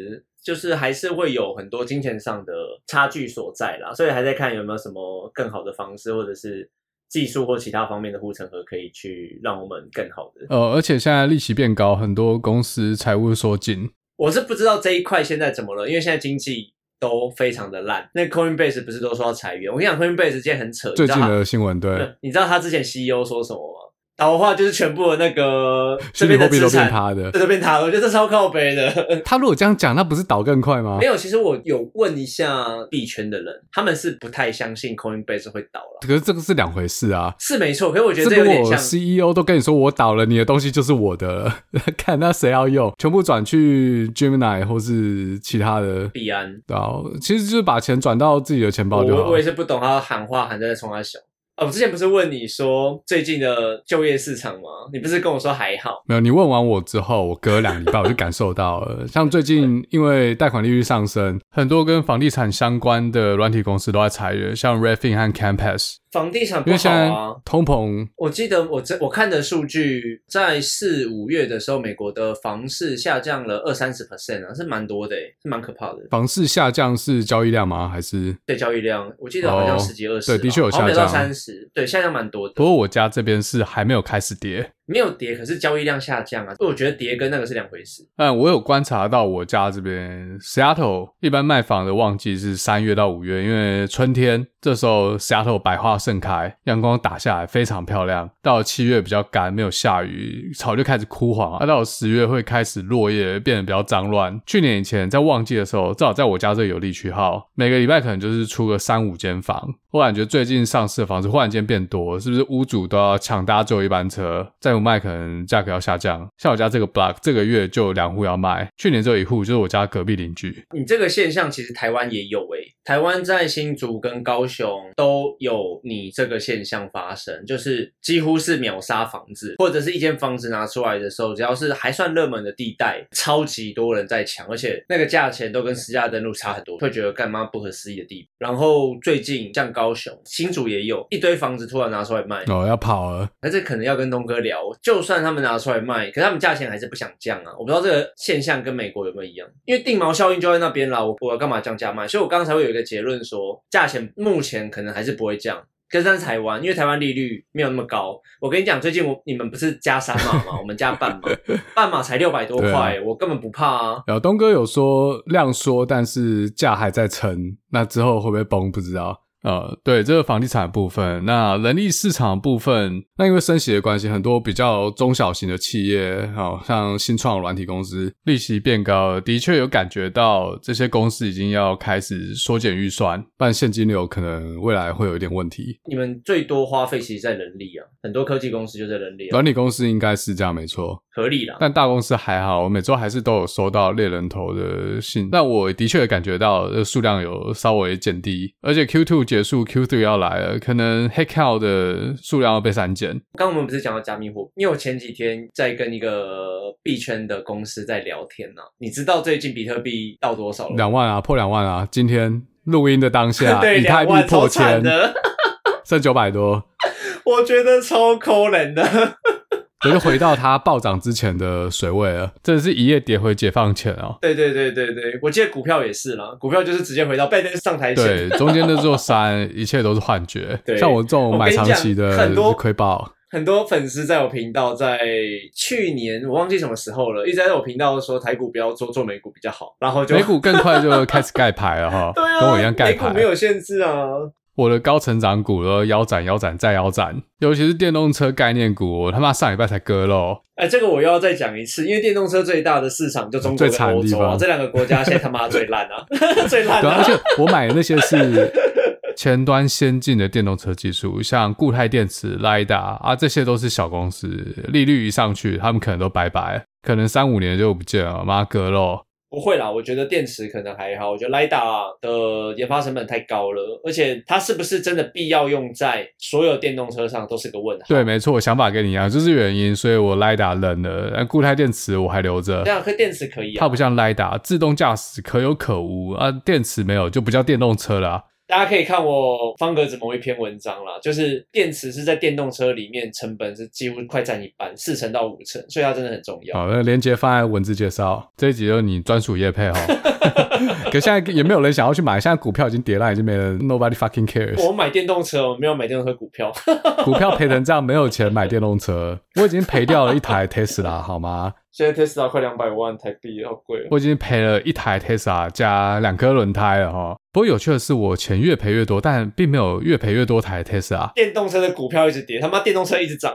Speaker 1: 就是还是会有很多金钱上的差距所在啦，所以还在看有没有什么更好的方式，或者是技术或其他方面的护城河，可以去让我们更好的。
Speaker 2: 呃，而且现在利息变高，很多公司财务缩紧，
Speaker 1: 我是不知道这一块现在怎么了，因为现在经济都非常的烂。那 Coinbase 不是都说要裁员？我跟你讲，Coinbase 之前很扯，
Speaker 2: 最
Speaker 1: 你
Speaker 2: 近
Speaker 1: 知道他
Speaker 2: 的新闻对
Speaker 1: 对，你知道他之前 CEO 说什么吗？倒话就是全部的那个这
Speaker 2: 虚拟
Speaker 1: 边
Speaker 2: 货
Speaker 1: 的
Speaker 2: 币
Speaker 1: 资
Speaker 2: 都变
Speaker 1: 产，
Speaker 2: 他的。
Speaker 1: 这边塔，我觉得这超靠北的。
Speaker 2: 他如果这样讲，那不是倒更快吗
Speaker 1: 没？有，其实我有问一下币圈的人，他们是不太相信 Coinbase 会倒了，
Speaker 2: 可是这个是两回事啊。
Speaker 1: 是没错。可是我觉得这
Speaker 2: 这
Speaker 1: 有
Speaker 2: 如
Speaker 1: 点
Speaker 2: 果
Speaker 1: 像，
Speaker 2: CEO E 都跟你说我倒了，你的东西就是我的了， 看那谁要用，全部转去 Gemini 或是其他的，
Speaker 1: 币安，
Speaker 2: 然后其实就是把钱转到自己的钱
Speaker 1: 我
Speaker 2: 包就好
Speaker 1: 我。也是不懂他喊话喊在冲他小。哦，我之前不是问你说最近的就业市场吗？你不是跟我说还好？
Speaker 2: 没有，你问完我之后，我隔两礼拜我就感受到了，像最近因为贷款利率上升，很多跟房地产相关的软体公司都在裁员，像 Redfin 和 Campus，
Speaker 1: 房地产
Speaker 2: 因
Speaker 1: 不好
Speaker 2: 为现在
Speaker 1: 啊。
Speaker 2: 通膨
Speaker 1: 我记得我这我看的数据，在四五月的时候，美国的房市下降了二三十 percent 啊，是蛮多的欸，是蛮可怕的。
Speaker 2: 房市下降是交易量吗？还是？
Speaker 1: 对交易量，我记得好像十几二十、
Speaker 2: 哦
Speaker 1: 啊
Speaker 2: 对的确有
Speaker 1: 好像没
Speaker 2: 下
Speaker 1: 到
Speaker 2: 降
Speaker 1: 三十，对，下降蛮多的。
Speaker 2: 不过我家这边是还没有开始跌，
Speaker 1: 没有跌，可是交易量下降啊。所以我觉得跌跟那个是两回事。
Speaker 2: 但我有观察到我家这边 Seattle 一般卖房的旺季是三月到五月，因为春天这时候 Seattle 百花盛开，阳光打下来非常漂亮。到了七月比较干，没有下雨，草就开始枯黄。啊，到了十月会开始落叶变得比较脏乱。去年以前在旺季的时候，至少在我家这里有利区号，每个礼拜可能就是出个三五间房。我感觉最近上市的房子忽然间变多，是不是屋主都要抢搭救一班车？在五卖可能价格要下降。像我家这个 block 这个月就有两户要卖，去年只有一户，就是我家隔壁邻居。
Speaker 1: 你这个现象其实台湾也有诶、台湾在新竹跟高雄都有你这个现象发生，就是几乎是秒杀房子，或者是一间房子拿出来的时候，只要是还算热门的地带，超级多人在抢，而且那个价钱都跟私家登录差很多，会觉得干嘛不可思议的地步。然后最近像高雄、新竹也有一堆房子突然拿出来卖，
Speaker 2: 哦，要跑了，
Speaker 1: 那这可能要跟东哥聊。就算他们拿出来卖，可是他们价钱还是不想降啊。我不知道这个现象跟美国有没有一样，因为定锚效应就在那边啦。我我要干嘛降价卖？所以我刚才会有一个结论说，价钱目前可能还是不会降。跟上台湾，因为台湾利率没有那么高。我跟你讲，最近我你们不是加三码吗？我们加半码，半码才六百多
Speaker 2: 对啊
Speaker 1: 块，我根本不怕啊。
Speaker 2: 然后东哥有说量缩，但是价还在撑，那之后会不会崩不知道。呃，对，这个房地产的部分，那人力市场的部分，那因为升息的关系，很多比较中小型的企业，好、像新创软体公司，利息变高了，的确有感觉到这些公司已经要开始缩减预算，但现金流可能未来会有一点问题。
Speaker 1: 你们最多花费其实在人力啊，很多科技公司就在人力、啊，
Speaker 2: 软体公司应该是这样，没错。
Speaker 1: 合理啦。
Speaker 2: 但大公司还好，我每周还是都有收到猎人头的信。但我的确感觉到呃数量有稍微减低，而且 Q2 结束，Q3 要来了，可能 Headcount 的数量要被删减。
Speaker 1: 刚刚我们不是讲到加密货币，因为我前几天在跟一个币圈的公司在聊天呐、你知道最近比特币到多少了吗？
Speaker 2: 两万啊，破两万啊！今天录音的当下，
Speaker 1: 对，
Speaker 2: 啊以太
Speaker 1: 两
Speaker 2: 币
Speaker 1: 万
Speaker 2: 破
Speaker 1: 超惨
Speaker 2: 千，
Speaker 1: 的，
Speaker 2: 剩九百多，
Speaker 1: 我觉得超抠人的。
Speaker 2: 我就回到它暴涨之前的水位了。真的是一夜跌回解放前哦。
Speaker 1: 对对对对对，我记得股票也是啦，股票就是直接回到拜登上台前。
Speaker 2: 对，中间那座山，一切都是幻觉
Speaker 1: 对。
Speaker 2: 像我这种买长期
Speaker 1: 我跟你
Speaker 2: 的
Speaker 1: 讲很多
Speaker 2: 亏爆。
Speaker 1: 很多粉丝在我频道，在去年我忘记什么时候了，一直在我频道说台股不要做，做美股比较好，然后就
Speaker 2: 美股更快就开始盖牌了哈
Speaker 1: ，对啊，
Speaker 2: 跟我一样盖
Speaker 1: 美股
Speaker 2: 牌
Speaker 1: 没。有限制啊，
Speaker 2: 我的高成长股都腰斩、腰斩再腰斩，尤其是电动车概念股，我他妈上礼拜才 割肉。
Speaker 1: 哎，这个我又要再讲一次，因为电动车最大的市场就中国
Speaker 2: 最
Speaker 1: 跟
Speaker 2: 惨的
Speaker 1: 欧
Speaker 2: 地
Speaker 1: 洲啊，
Speaker 2: 方
Speaker 1: 这两个国家现在他妈最烂啊， 最烂
Speaker 2: 对啊、
Speaker 1: 啊！
Speaker 2: 而且我买的那些是 前端先进的电动车技术，像固态电池、LiDAR 啊，这些都是小公司，利率一上去，他们可能都拜拜，可能三五年就不见了，妈割肉。
Speaker 1: 不会啦，我觉得电池可能还好，我觉得 LiDAR 的研发成本太高了，而且它是不是真的必要用在所有电动车上都是个问号。
Speaker 2: 对，没错，我想法跟你一样，这是原因，所以我 LiDAR 扔了，但固态电池我还留着
Speaker 1: 这。样可电池可以
Speaker 2: 它
Speaker 1: 啊，
Speaker 2: 不像 LiDAR 自动驾驶可有可无啊，电池没有就不叫电动车了啊、
Speaker 1: 大家可以看我方格子某一篇文章啦，就是电池是在电动车里面成本是几乎快占一半，四成到五成，所以它真的很重要。
Speaker 2: 好，那连接放在文字介绍，这一集就是你专属业配哈。 可现在也没有人想要去买，现在股票已经跌烂，已经没人，nobody fucking cares。
Speaker 1: 我买电动车，我没有买电动车股票。
Speaker 2: 股票赔成这样，没有钱买电动车，我已经赔掉了一台 Tesla 好吗？
Speaker 1: 现在 Tesla 快两百万台币，好贵哦。
Speaker 2: 我已经赔了一台 Tesla 加两颗轮胎了哈。不过有趣的是，我钱越赔越多，但并没有越赔越多台 Tesla。啊
Speaker 1: 电动车的股票一直跌，他妈电动车一直涨，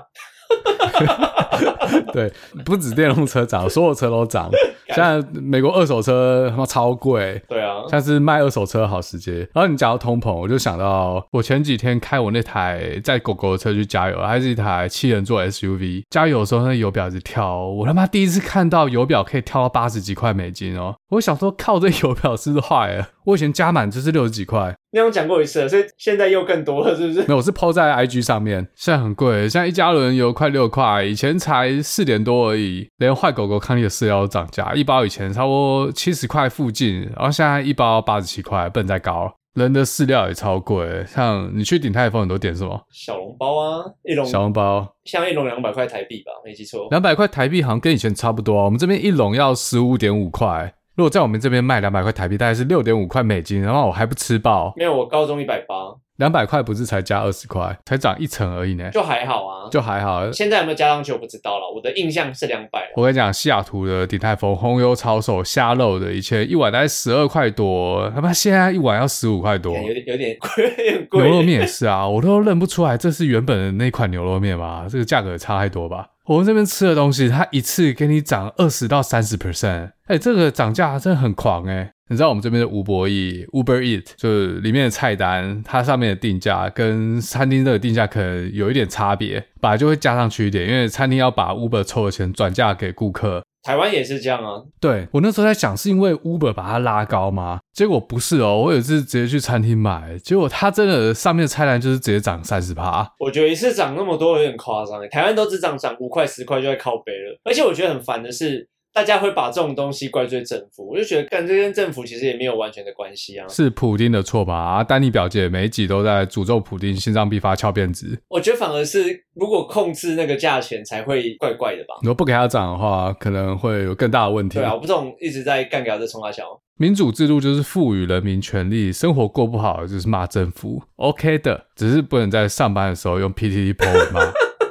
Speaker 2: 对，不止电动车涨，所有车都涨。现在美国二手车他妈超贵，
Speaker 1: 对啊，
Speaker 2: 像是卖二手车的好时节。然后你讲到通膨，我就想到我前几天开我那台载狗狗的车去加油，还是一台七人座 SUV，加油的时候那油表一直跳，哦我他妈第一次看到油表可以跳到八十几块美金哦！我想说，靠，这油表是不是坏了？我以前加满就是六十几块，
Speaker 1: 那样讲过一次了，所以现在又更多了，是不是？
Speaker 2: 没有，我是抛在 IG 上面，现在很贵，现在一加仑油快六块，以前才四点多而已。连坏狗狗康利的饲料都涨价，一包以前差不多七十块附近，然后现在一包八十七块，不能再高。人的饲料也超贵，像你去鼎泰丰，你都点什么？
Speaker 1: 小笼包啊，一笼
Speaker 2: 小笼包
Speaker 1: 像一笼两百块台币吧，没记错。
Speaker 2: 两百块台币，好像跟以前差不多。我们这边一笼要十五点五块，如果在我们这边卖两百块台币，大概是六点五块美金，然后我还不吃爆，
Speaker 1: 没有，我高中一百八
Speaker 2: 两百块不是才加二十块，才涨一层而已呢，
Speaker 1: 就还好啊。
Speaker 2: 就还好。
Speaker 1: 现在有没有加上去我不知道了，我的印象是两百。
Speaker 2: 我跟你讲，西雅图的鼎泰丰红油抄手虾肉的，以前一碗大概十二块多，他妈现在一碗要十五块多。
Speaker 1: 有
Speaker 2: 牛
Speaker 1: 点有点贵，有点贵。
Speaker 2: 肉面也是啊，我都认不出来这是原本的那款牛肉面吧？这个价格也差太多吧？我们这边吃的东西，它一次给你涨二十到三十 percent，哎，这个涨价真的很狂哎、你知道我们这边的吴博义 Uber Eat 就是里面的菜单，它上面的定价跟餐厅的定价可能有一点差别，本来就会加上去一点，因为餐厅要把 Uber 抽的钱转嫁给顾客。
Speaker 1: 台湾也是这样啊，
Speaker 2: 对我那时候在想，是因为 Uber 把它拉高吗？结果不是哦，我有一次直接去餐厅买，结果它真的上面的菜单就是直接涨三十趴。
Speaker 1: 我觉得一次涨那么多有点夸张欸，台湾都只涨涨五块十块就在靠北了。而且我觉得很烦的是，大家会把这种东西怪罪政府，我就觉得干这跟政府其实也没有完全的关系啊。
Speaker 2: 是普丁的错吧？啊，丹尼表姐每一集都在诅咒普丁心脏必发翘辫子。
Speaker 1: 我觉得反而是如果控制那个价钱才会怪怪的吧。
Speaker 2: 如果不给它涨的话，可能会有更大的问题。
Speaker 1: 对啊，我不懂，一直在干掉这冲大小。
Speaker 2: 民主制度就是赋予人民权利，生活过不好就是骂政府，OK 的，只是不能在上班的时候用 PTT 破 文骂。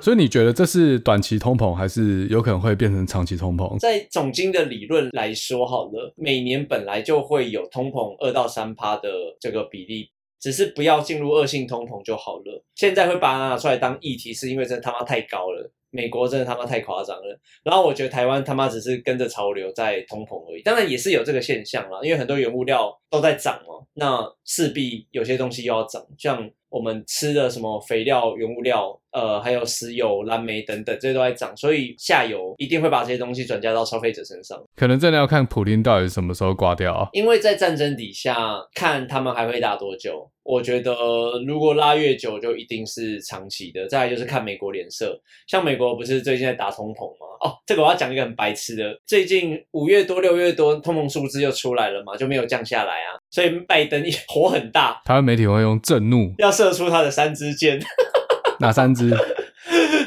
Speaker 2: 所以你觉得这是短期通膨，还是有可能会变成长期通膨？
Speaker 1: 在总经的理论来说，好了，每年本来就会有通膨二到三趴的这个比例，只是不要进入恶性通膨就好了。现在会把它拿出来当议题，是因为真的他妈太高了。美国真的他妈太夸张了，然后我觉得台湾他妈只是跟着潮流在通膨而已，当然也是有这个现象啦，因为很多原物料都在涨哦，那势必有些东西又要涨，像我们吃的什么肥料、原物料，呃，还有石油、蓝莓等等，这些都在涨，所以下游一定会把这些东西转嫁到消费者身上，
Speaker 2: 可能真的要看普丁到底什么时候挂掉啊。
Speaker 1: 因为在战争底下，看他们还会打多久。我觉得如果拉越久，就一定是长期的。再来就是看美国脸色，像美国不是最近在打通膨吗？哦，这个我要讲一个很白痴的，最近五月多、六月多，通膨数字又出来了嘛，就没有降下来啊，所以拜登一 火很大，
Speaker 2: 台湾媒体会用震怒
Speaker 1: 要射出他的三支箭。
Speaker 2: 哪三支？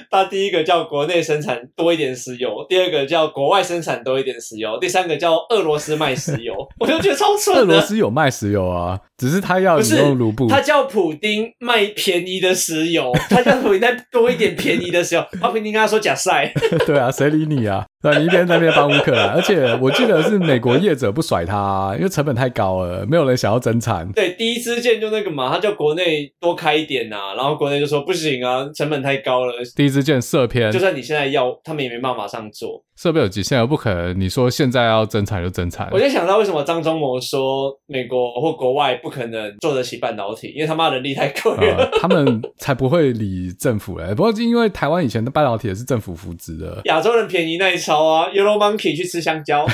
Speaker 1: 他第一个叫国内生产多一点石油，第二个叫国外生产多一点石油，第三个叫俄罗斯卖石油， 我就觉得超
Speaker 2: 俄
Speaker 1: 蠢
Speaker 2: 罗
Speaker 1: 的。
Speaker 2: 斯有卖石油啊，只是他要
Speaker 1: 不
Speaker 2: 你
Speaker 1: 是
Speaker 2: 用卢布。
Speaker 1: 他叫普丁卖便宜的石油，他叫普丁再多一点便宜的石油。他普丁跟他说假赛，
Speaker 2: 对啊，谁理你啊？对啊，你一边在那边帮乌克 兰，而且我记得是美国业者不甩他、啊，因为成本太高了，没有人想要增产。
Speaker 1: 对，第一支箭就那个嘛，他叫国内多开一点呐、然后国内就说不行啊，成本太高了，
Speaker 2: 第一支箭射偏
Speaker 1: 就，算你现在要，他们也没办法马上做。
Speaker 2: 设备有极限，而不可能你说现在要增产就增产
Speaker 1: 我。就想到为什么张忠谋说美国或国外不可能做得起半导体，因为他妈人力太贵了。
Speaker 2: 呃，他们才不会理政府嘞。不过因为台湾以前的半导体也是政府扶植的，
Speaker 1: 亚洲人便宜那一招啊，Yellow Monkey 去吃香蕉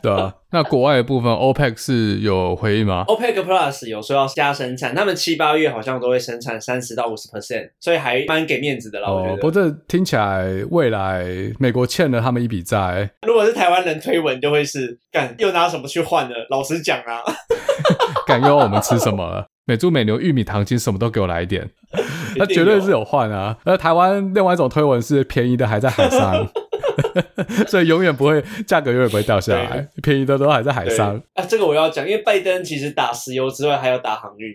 Speaker 2: 对吧、那国外的部分，OPEC 是有回应吗？
Speaker 1: ，OPEC Plus 有说要加生产，他们七八月好像都会生产三十到五十 percent，所以还蛮给面子的啦。我觉
Speaker 2: 哦不过
Speaker 1: 得，
Speaker 2: 这听起来未来美国欠了他们一笔债，
Speaker 1: 如果是台湾人推文，就会是干又拿什么去换了？ 老实讲啊，
Speaker 2: 敢要我们吃什么了？ 美猪美牛玉米糖精什么都给我来一点，那绝对是有换啊。而台湾另外一种推文是便宜的还在海上， 所以永远不会价格永远不会掉下来，便宜的都还在海
Speaker 1: 对
Speaker 2: 上。
Speaker 1: 啊，这个我要讲，因为拜登其实打石油之外，还要打航运。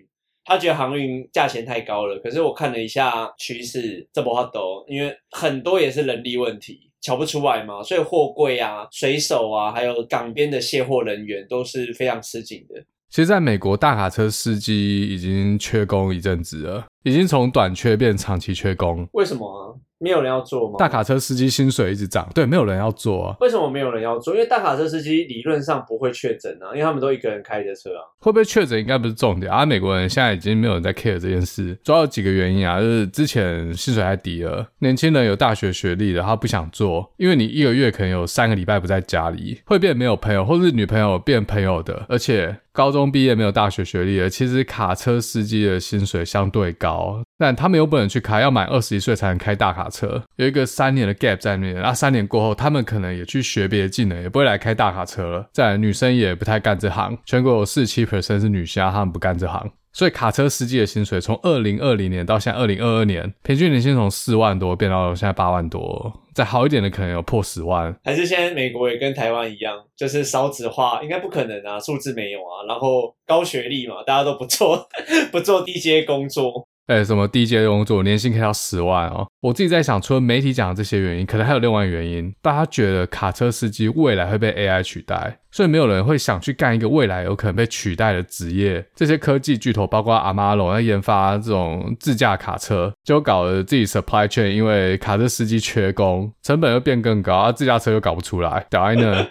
Speaker 1: 他觉得航运价钱太高了，可是我看了一下趋势，这不好抖，因为很多也是人力问题，瞧不出来嘛。所以货柜啊、水手啊，还有港边的卸货人员都是非常吃紧的。
Speaker 2: 其实，在美国，大卡车司机已经缺工一阵子了，已经从短缺变长期缺工。
Speaker 1: 为什么啊？没有人要做吗？
Speaker 2: 大卡车司机薪水一直涨，对，没有人要做、啊，
Speaker 1: 为什么没有人要做？因为大卡车司机理论上不会确诊啊，因为他们都一个人开着车啊。
Speaker 2: 会不会确诊应该不是重点啊。美国人现在已经没有人在 care 这件事，主要有几个原因啊，就是之前薪水太低了，年轻人有大学学历的他不想做，因为你一个月可能有三个礼拜不在家里，会变没有朋友，或是女朋友变朋友的，而且。高中毕业没有大学学历的，其实卡车司机的薪水相对高，但他们又不能去开，要满二十一岁才能开大卡车，有一个三年的 gap 在那边。那、啊三年过后，他们可能也去学别的技能，也不会来开大卡车了。再来，女生也不太干这行，全国有四七 percent 是女虾，她们不干这行。所以卡车司机的薪水从二零二零年到现在二零二二年，平均年薪从四万多变到现在八万多，再好一点的可能有破十万。
Speaker 1: 还是现在美国也跟台湾一样，就是少子化，应该不可能啊，数字没有啊，然后高学历嘛，大家都不做 不做低阶工作，
Speaker 2: 哎、什么低阶工作，年薪可以到十万哦！我自己在想，除了媒体讲的这些原因，可能还有另外一个原因，大家觉得卡车司机未来会被 AI 取代，所以没有人会想去干一个未来有可能被取代的职业。这些科技巨头，包括阿玛龙，在研发这种自驾卡车，就搞得自己 supply chain，因为卡车司机缺工，成本又变更高，啊，自驾车又搞不出来，屌在那。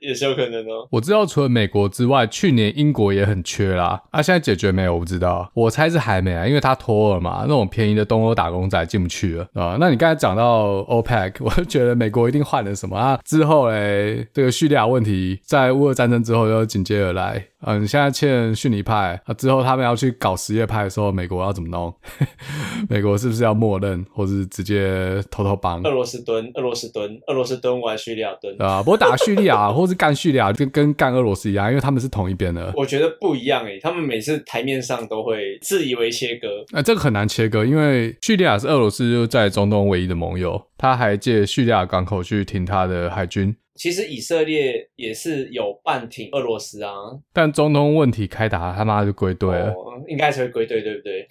Speaker 1: 也是有可能哦。
Speaker 2: 我知道除了美国之外，去年英国也很缺啦。啊，现在解决没有？我不知道，我猜是还没啊，因为它脱欧了嘛，那种便宜的东欧打工仔进不去了啊。那你刚才讲到 OPEC，我 就觉得美国一定换了什么啊？之后嘞，这个叙利亚问题在乌俄战争之后又紧接而来。嗯、啊，你现在欠逊尼派啊，之后他们要去搞什叶派的时候，美国要怎么弄？ 美国是不是要默认，或是直接偷偷帮？
Speaker 1: 俄罗斯蹲，俄罗斯蹲，俄罗斯蹲完叙利亚蹲，
Speaker 2: 对啊，不过打叙利亚或是干叙利亚，跟跟干俄罗斯一样，因为他们是同一边的。
Speaker 1: 我觉得不一样诶、欸他们每次台面上都会自以为切割，
Speaker 2: 呃，这个很难切割，因为叙利亚是俄罗斯就在中东唯一的盟友，他还借叙利亚港口去停他的海军。
Speaker 1: 其实以色列也是有半挺俄罗斯啊，
Speaker 2: 但中东问题开打，他妈就归队了。
Speaker 1: 哦，应该是会归队，对不对？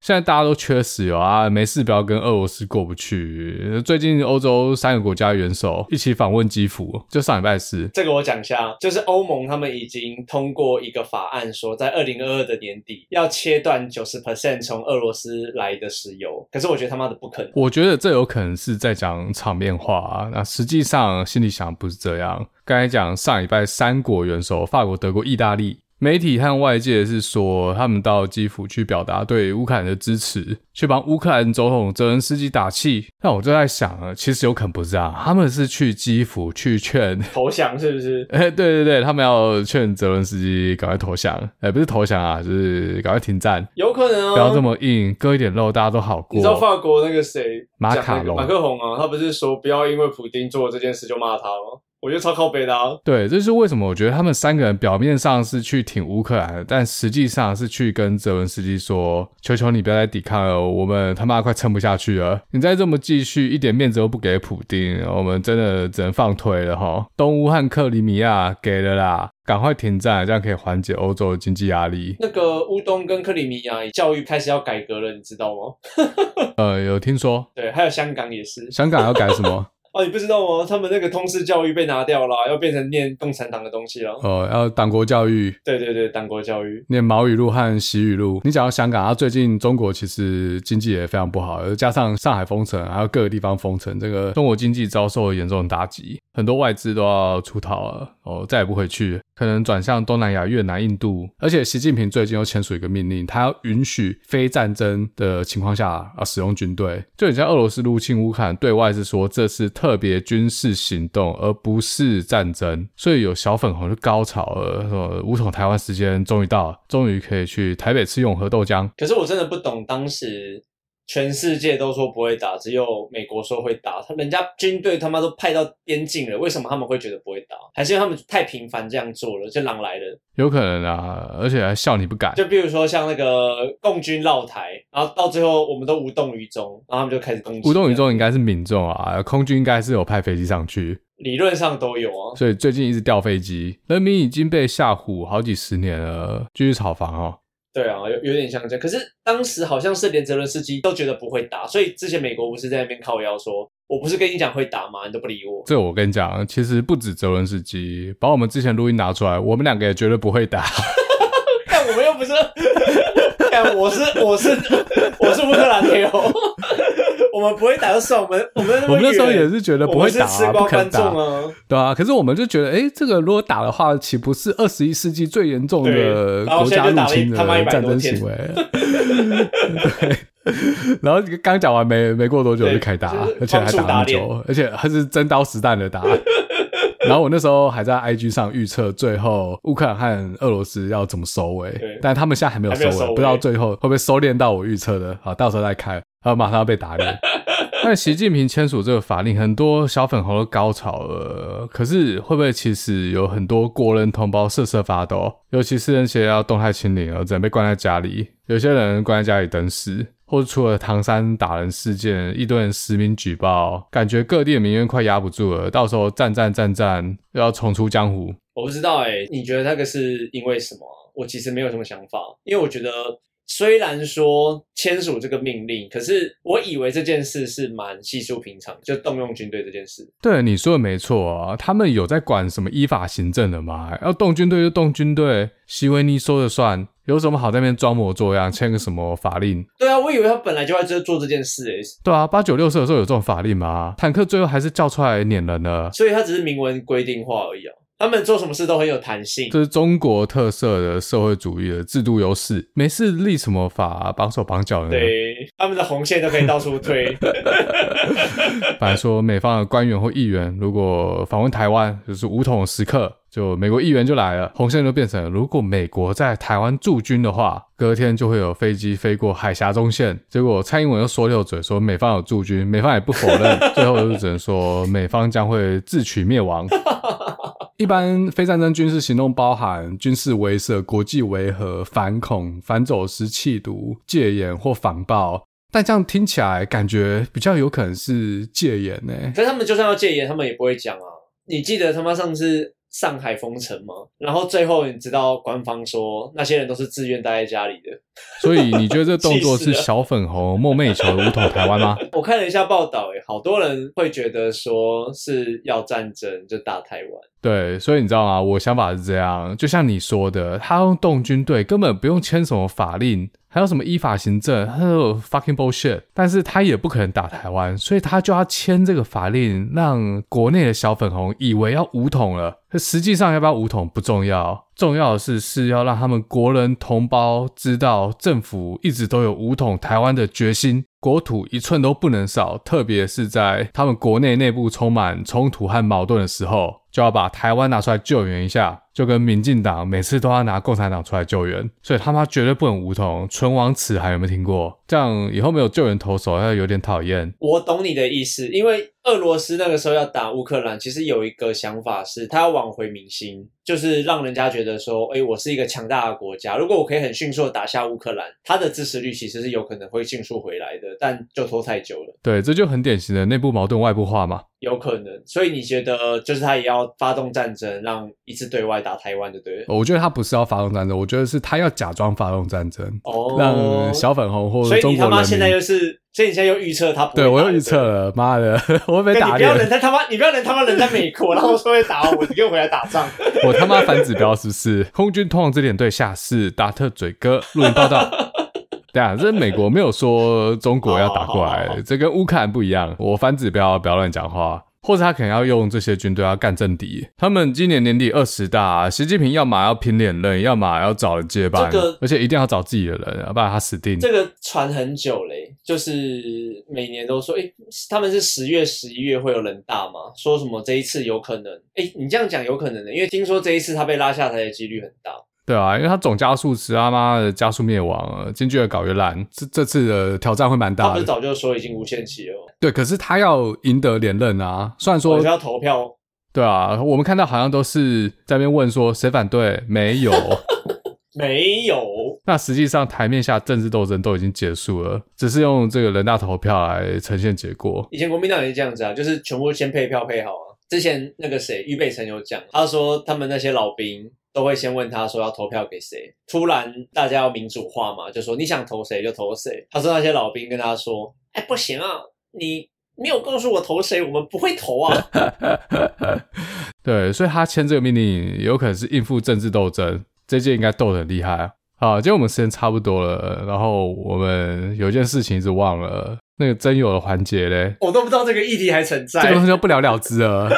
Speaker 2: 现在大家都缺石油啊，没事不要跟俄罗斯过不去。最近欧洲三个国家元首一起访问基辅，就上礼拜四。
Speaker 1: 这个我讲一下，啊就是欧盟他们已经通过一个法案，说在二零二二的年底要切断九十 percent 从俄罗斯来的石油。可是我觉得他妈的不可能。
Speaker 2: 我觉得这有可能是在讲场面话、啊，那实际上心里想不是这样。刚才讲上礼拜三国元首，法国、德国、意大利。媒体和外界是说，他们到基辅去表达对乌克兰的支持，去帮乌克兰总统泽连斯基打气。但我就在想啊，其实有可能不是这样，他们是去基辅去劝
Speaker 1: 投降是不是？
Speaker 2: 哎、对对对，他们要劝泽伦斯基赶快投降，哎、不是投降啊，就是赶快停战，
Speaker 1: 有可能哦。
Speaker 2: 不要这么硬，割一点肉，大家都好
Speaker 1: 你知道
Speaker 2: 过。
Speaker 1: 法国那个谁
Speaker 2: 马
Speaker 1: 讲那
Speaker 2: 卡
Speaker 1: 个
Speaker 2: 龙
Speaker 1: 马克宏啊，他不是说不要因为普丁做这件事就骂他吗？我觉得超靠北的、啊。
Speaker 2: 对，这就是为什么我觉得他们三个人表面上是去挺乌克兰的，但实际上是去跟泽伦斯基说：“求求你不要再抵抗了，我们他妈快撑不下去了！你再这么继续，一点面子都不给普丁，我们真的只能放推了哈。”东乌和克里米亚给了啦，赶快停战，这样可以缓解欧洲的经济压力。
Speaker 1: 那个乌东跟克里米亚教育开始要改革了，你知道吗？
Speaker 2: 呃，有听说
Speaker 1: 对，还有香港也是。
Speaker 2: 香港要改什么？
Speaker 1: 哦，你不知道吗？他们那个通识教育被拿掉了，要变成念共产党的东西了。
Speaker 2: 呃，要党国教育。
Speaker 1: 对对对，党国教育。
Speaker 2: 念毛语录和习语录。你讲到香港，啊，最近中国其实经济也非常不好，而加上上海封城，还有各个地方封城，这个中国经济遭受严重的打击，很多外资都要出逃了，哦，再也不回去，可能转向东南亚、越南、印度。而且习近平最近又签署一个命令，他要允许非战争的情况下啊使用军队，就很像俄罗斯入侵乌克兰，对外是说这是特别军事行动，而不是战争。所以有小粉红就高潮了，说五统台湾时间终于到了，终于可以去台北吃永和豆浆。
Speaker 1: 可是我真的不懂，当时全世界都说不会打，只有美国说会打。他人家军队他妈都派到边境了，为什么他们会觉得不会打？还是因为他们太频繁这样做了，就狼来了。
Speaker 2: 有可能啊，而且还笑你 不敢。
Speaker 1: 就比如说像那个共军绕台，然后到最后我们都无动于衷，然后他们就开始攻击。
Speaker 2: 无动于，衷应该是民众啊，空军应该是有派飞机上去，
Speaker 1: 理论上都有啊。
Speaker 2: 所以最近一直掉飞机，人民已经被吓唬好几十年了，继续炒房哦。
Speaker 1: 对啊，有有点像这样。可是当时好像是连泽伦斯基都觉得不会打，所以之前美国不是在那边靠腰说，我不是跟你讲会打吗？你都不理我。
Speaker 2: 这我跟你讲，其实不止泽伦斯基，把我们之前录音拿出来，我们两个也绝对不会打。
Speaker 1: 但我们又不是，但我是我是我是乌克兰的哦，我们不会打就算，我们我们
Speaker 2: 我们那时候也
Speaker 1: 是
Speaker 2: 是觉得不
Speaker 1: 我
Speaker 2: 会
Speaker 1: 们是
Speaker 2: 打、
Speaker 1: 吃
Speaker 2: 啊，
Speaker 1: 瓜
Speaker 2: 不
Speaker 1: 观
Speaker 2: 肯
Speaker 1: 众
Speaker 2: 打。
Speaker 1: 啊，
Speaker 2: 对啊，可是我们就觉得，哎，这个如果打的话，岂不是二十一世纪最严重的
Speaker 1: 对然后
Speaker 2: 国
Speaker 1: 现
Speaker 2: 家
Speaker 1: 在就
Speaker 2: 入
Speaker 1: 打了一
Speaker 2: 侵
Speaker 1: 他妈
Speaker 2: 的
Speaker 1: 100
Speaker 2: 战
Speaker 1: 多
Speaker 2: 争
Speaker 1: 天
Speaker 2: 行为？啊 对。然后刚讲完没没过多久就开打
Speaker 1: 对，
Speaker 2: 而且还打那么
Speaker 1: 就是放
Speaker 2: 久，而且还是真刀实弹的打。然后我那时候还在 IG 上预测最后乌克兰和俄罗斯要怎么收
Speaker 1: 对
Speaker 2: 尾，但他们现在还没有
Speaker 1: 还没有
Speaker 2: 收尾，
Speaker 1: 收
Speaker 2: 不知道
Speaker 1: 尾
Speaker 2: 最后会不会收敛到我预测的。好，到时候再看，然后马上要被 打脸。但习近平签署这个法令，很多小粉红都高潮了。可是会不会其实有很多国人同胞瑟瑟发抖？尤其是那些要动态清零而只能被关在家里，有些人关在家里等死，或者出了唐山打人事件，一堆人实名举报，感觉各地的民怨快压不住了。到时候战战战战，又要重出江湖。
Speaker 1: 我不知道哎、你觉得那个是因为什么啊？我其实没有什么想法，因为我觉得虽然说签署这个命令，可是我以为这件事是蛮稀疏平常，就动用军队这件事。
Speaker 2: 对，你说的没错啊，他们有在管什么依法行政的吗？要动军队就动军队，席维尼说了算。有什么好在那边装模作样，签个什么法令？
Speaker 1: 对啊，我以为他本来就在这做这件事欸诶、
Speaker 2: 对啊，八九六社的时候有这种法令吗？坦克最后还是叫出来撵人了。
Speaker 1: 所以他只是明文规定化而已哦。他们做什么事都很有弹性，
Speaker 2: 这是中国特色的社会主义的制度优势，没事立什么法、啊绑手绑脚的呢？
Speaker 1: 对，他们的红线都可以到处推。
Speaker 2: 反正说美方的官员或议员如果访问台湾，就是武统时刻，就美国议员就来了，红线就变成了如果美国在台湾驻军的话，隔天就会有飞机飞过海峡中线。结果蔡英文又说溜嘴，说美方有驻军，美方也不否认， 最后就只能说美方将会自取灭亡。一般非战争军事行动包含军事威慑、国际维和、反恐、反走私、弃毒、戒严或防暴。但这样听起来，感觉比较有可能是戒严呢、
Speaker 1: 可是他们就算要戒严，他们也不会讲啊。你记得他妈上次上海封城吗？然后最后你知道官方说那些人都是自愿待在家里的。
Speaker 2: 所以你觉得这动作是
Speaker 1: 气死了
Speaker 2: 小粉红梦寐以求的武统台湾吗？
Speaker 1: 我看了一下报道，哎，好多人会觉得说是要战争就打台湾。
Speaker 2: 对，所以你知道吗？我想法是这样，就像你说的，他用动军队根本不用签什么法令，还有什么依法行政，还有 fucking bullshit。但是他也不可能打台湾，所以他就要签这个法令，让国内的小粉红以为要武统了。可实际上要不要武统不重要，重要的是是要让他们国人同胞知道，政府一直都有武统台湾的决心，国土一寸都不能少。特别是在他们国内内部充满冲突和矛盾的时候，就要把台湾拿出来救援一下，就跟民进党每次都要拿共产党出来救援，所以他妈绝对不能武统。唇亡齿寒有没有听过？这样以后没有救援投手，那有点讨厌。
Speaker 1: 我懂你的意思，因为俄罗斯那个时候要打乌克兰，其实有一个想法是，他要挽回民心，就是让人家觉得说，哎，我是一个强大的国家，如果我可以很迅速的打下乌克兰，他的支持率其实是有可能会迅速回来的，但就拖太久了，
Speaker 2: 对，这就很典型的内部矛盾外部化嘛。
Speaker 1: 有可能。所以你觉得，呃就是他也要发动战争，让一次对外打台湾，对不对了？
Speaker 2: 我觉得他不是要发动战争，我觉得是他要假装发动战争，
Speaker 1: 哦
Speaker 2: 让，小粉红或
Speaker 1: 所
Speaker 2: 者
Speaker 1: 以
Speaker 2: 中
Speaker 1: 你
Speaker 2: 国
Speaker 1: 他妈
Speaker 2: 人
Speaker 1: 现在
Speaker 2: 民。
Speaker 1: 又是，所以你现在又预测他不会
Speaker 2: 对，我又
Speaker 1: 打
Speaker 2: 预 测。了，妈的，我
Speaker 1: 对不
Speaker 2: 会被
Speaker 1: 对
Speaker 2: 打
Speaker 1: 你不要人
Speaker 2: 脸，
Speaker 1: 在他妈，你不要人他妈人在美国，然后说会打我，你给我回来打仗。
Speaker 2: 我他妈反指标是不是？空军通往这点对下是达特嘴哥录影 报道。对啊，这美国没有说中国要打过
Speaker 1: 哦好好好
Speaker 2: 来，这跟乌克兰不一样。我反指标，不要乱讲话。或者他可能要用这些军队要干政敌。他们今年年底二十大，习近平要么要拼连任，要么要找人接班，
Speaker 1: 这个
Speaker 2: 而且一定要找自己的人，要不然他死定。
Speaker 1: 这个传很久嘞、就是每年都说，哎、他们是十月、十一月会有人大吗？说什么这一次有可能？哎、你这样讲有可能的、因为听说这一次他被拉下台的几率很大。
Speaker 2: 对啊，因为他总加速是他妈的加速灭亡，呃经济越搞越烂，这这次的挑战会蛮
Speaker 1: 他
Speaker 2: 大
Speaker 1: 不
Speaker 2: 的
Speaker 1: 是。早就说已经无限期了吗，
Speaker 2: 对，可是他要赢得连任啊，虽然
Speaker 1: 我
Speaker 2: 说
Speaker 1: 就要投票。
Speaker 2: 对啊，我们看到好像都是在那边问说谁反对，没有。
Speaker 1: 没有，
Speaker 2: 那实际上台面下政治斗争都已经结束了，只是用这个人大投票来呈现结果。
Speaker 1: 以前国民党也是这样子啊，就是全部先配票配好啊。之前那个谁，俞北辰有讲，他说他们那些老兵都会先问他说要投票给谁。突然大家要民主化嘛，就说你想投谁就投谁。他说那些老兵跟他说，哎，不行啊，你没有告诉我投谁，我们不会投啊。
Speaker 2: 对，所以他签这个命令有可能是应付政治斗争，这届应该斗得很厉害啊。好，今天我们时间差不多了，然后我们有一件事情一直忘了，那个真友的环节嘞，
Speaker 1: 我都不知道这个议题还存
Speaker 2: 这个东
Speaker 1: 在，
Speaker 2: 西就不了了之了。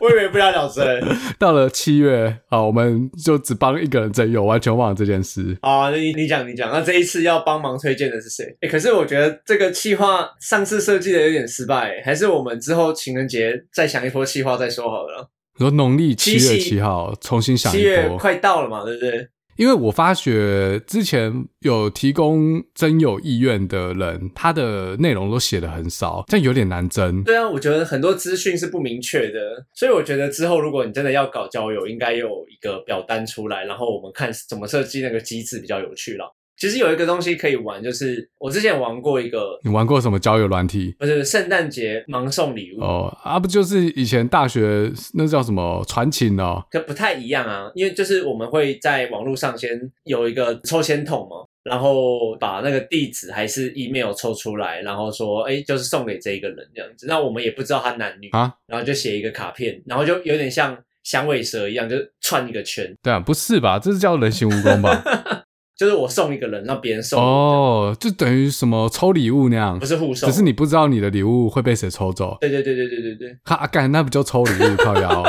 Speaker 1: 我以为不了了之了。
Speaker 2: 到了七月啊，我们就只帮一个人真友，完全忘了这件事。
Speaker 1: 啊，那你你讲你讲，那这一次要帮忙推荐的是谁？哎、可是我觉得这个企划上次设计的有点失败，欸还是我们之后情人节再想一波企划再说好了。
Speaker 2: 你说农历七
Speaker 1: 七
Speaker 2: 月
Speaker 1: 夕
Speaker 2: 七号重新想
Speaker 1: 七
Speaker 2: 一
Speaker 1: 月
Speaker 2: 波，
Speaker 1: 快到了嘛，对不对？
Speaker 2: 因为我发觉之前有提供真有意愿的人，他的内容都写的很少，这样有点难争。
Speaker 1: 对啊，我觉得很多资讯是不明确的，所以我觉得之后如果你真的要搞交友，应该有一个表单出来，然后我们看怎么设计那个机制比较有趣啦。其实有一个东西可以玩，就是我之前玩过一个，
Speaker 2: 你玩过什么交友软体？
Speaker 1: 不是圣诞节盲送礼物，
Speaker 2: 哦，啊，不就是以前大学那叫什么传情哦？
Speaker 1: 可不太一样啊，因为就是我们会在网络上先有一个抽签筒嘛，然后把那个地址还是 email 抽出来，然后说，哎，就是送给这一个人这样子。那我们也不知道他男女
Speaker 2: 啊，
Speaker 1: 然后就写一个卡片，然后就有点像响尾蛇一样，就串一个圈。
Speaker 2: 对啊，不是吧？这是叫人形蜈蚣吧？
Speaker 1: 就是我送一个人，让别人送，
Speaker 2: 哦，就等于什么抽礼物那样
Speaker 1: 不，是互送。
Speaker 2: 只是你不知道你的礼物会被谁抽走。
Speaker 1: 对对对对对对对，
Speaker 2: 哈，啊干，那不叫抽礼物靠腰，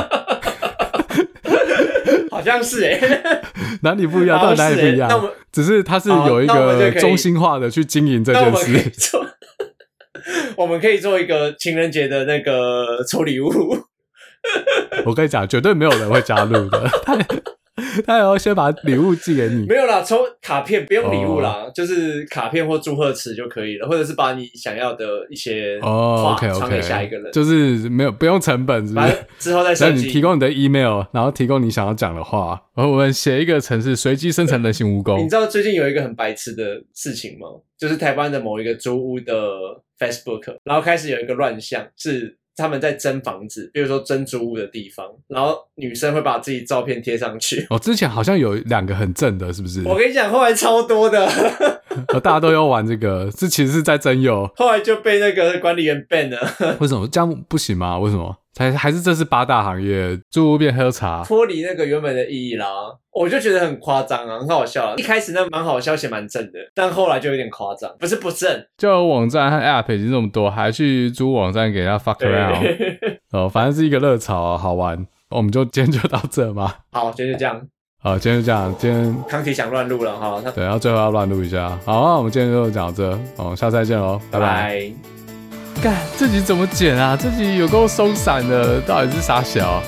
Speaker 1: 好像是哎、
Speaker 2: 哪里不一样？
Speaker 1: 好
Speaker 2: 到
Speaker 1: 像
Speaker 2: 底哪里
Speaker 1: 是
Speaker 2: 不一
Speaker 1: 欸
Speaker 2: 样
Speaker 1: 那我？
Speaker 2: 只是它是有一
Speaker 1: 哦好那我们就
Speaker 2: 个
Speaker 1: 可以
Speaker 2: 中心化的去经营这
Speaker 1: 那我
Speaker 2: 件
Speaker 1: 们可以
Speaker 2: 事。
Speaker 1: 做， 我们可以做一个情人节的那个抽礼物，
Speaker 2: 我跟你讲，绝对没有人会加入的。 他他也要先把礼物寄给 你
Speaker 1: 没有啦，抽卡片不用礼物啦，
Speaker 2: 哦
Speaker 1: 就是卡片或祝贺词就可以了，或者是把你想要的一些
Speaker 2: 哦
Speaker 1: 话
Speaker 2: ，OK
Speaker 1: 传给下一个人
Speaker 2: OK，，就是没有不用成本，是不
Speaker 1: 反
Speaker 2: 是
Speaker 1: 正？之后再
Speaker 2: 那
Speaker 1: 设
Speaker 2: 你提
Speaker 1: 计。
Speaker 2: 供你的 email，然后提供你想要讲的话，然后我们写一个程式，随机生成人形蜈
Speaker 1: 你
Speaker 2: 蚣。
Speaker 1: 知道最近有一个很白痴的事情吗？就是台湾的某一个租屋的 Facebook，然后开始有一个乱象，是他们在争房子，比如说争租屋的地方，然后女生会把自己照片贴上去。
Speaker 2: 哦，之前好像有两个很正的，是不是？
Speaker 1: 我跟你讲，后来超多的，
Speaker 2: 呃大家都要玩这个，这其实是在真有。
Speaker 1: 后来就被那个管理员 ban 了，
Speaker 2: 为什么这样不行吗？为什么？还还是这是八大行业，住屋变喝茶。
Speaker 1: 脱离那个原本的意义啦。我就觉得很夸张啊，很好笑啊。一开始那蛮好笑，且蛮正的，但后来就有点夸张，不是不正，
Speaker 2: 交友网站和 App 已经这么多，还去租网站给人家 fuck
Speaker 1: 对。
Speaker 2: around 哦，反正是一个热潮、啊，好玩。我们就今天就到这嘛。
Speaker 1: 好，今天就这样，
Speaker 2: 好，今天就这样，今天
Speaker 1: 康体想乱录了哈，他
Speaker 2: 对，然后最后要乱录一下。好，那我们今天就讲到这，哦，下次再见喽，拜拜。
Speaker 1: 拜
Speaker 2: 干，这集怎么剪啊？这集有够松散的，到底是啥小？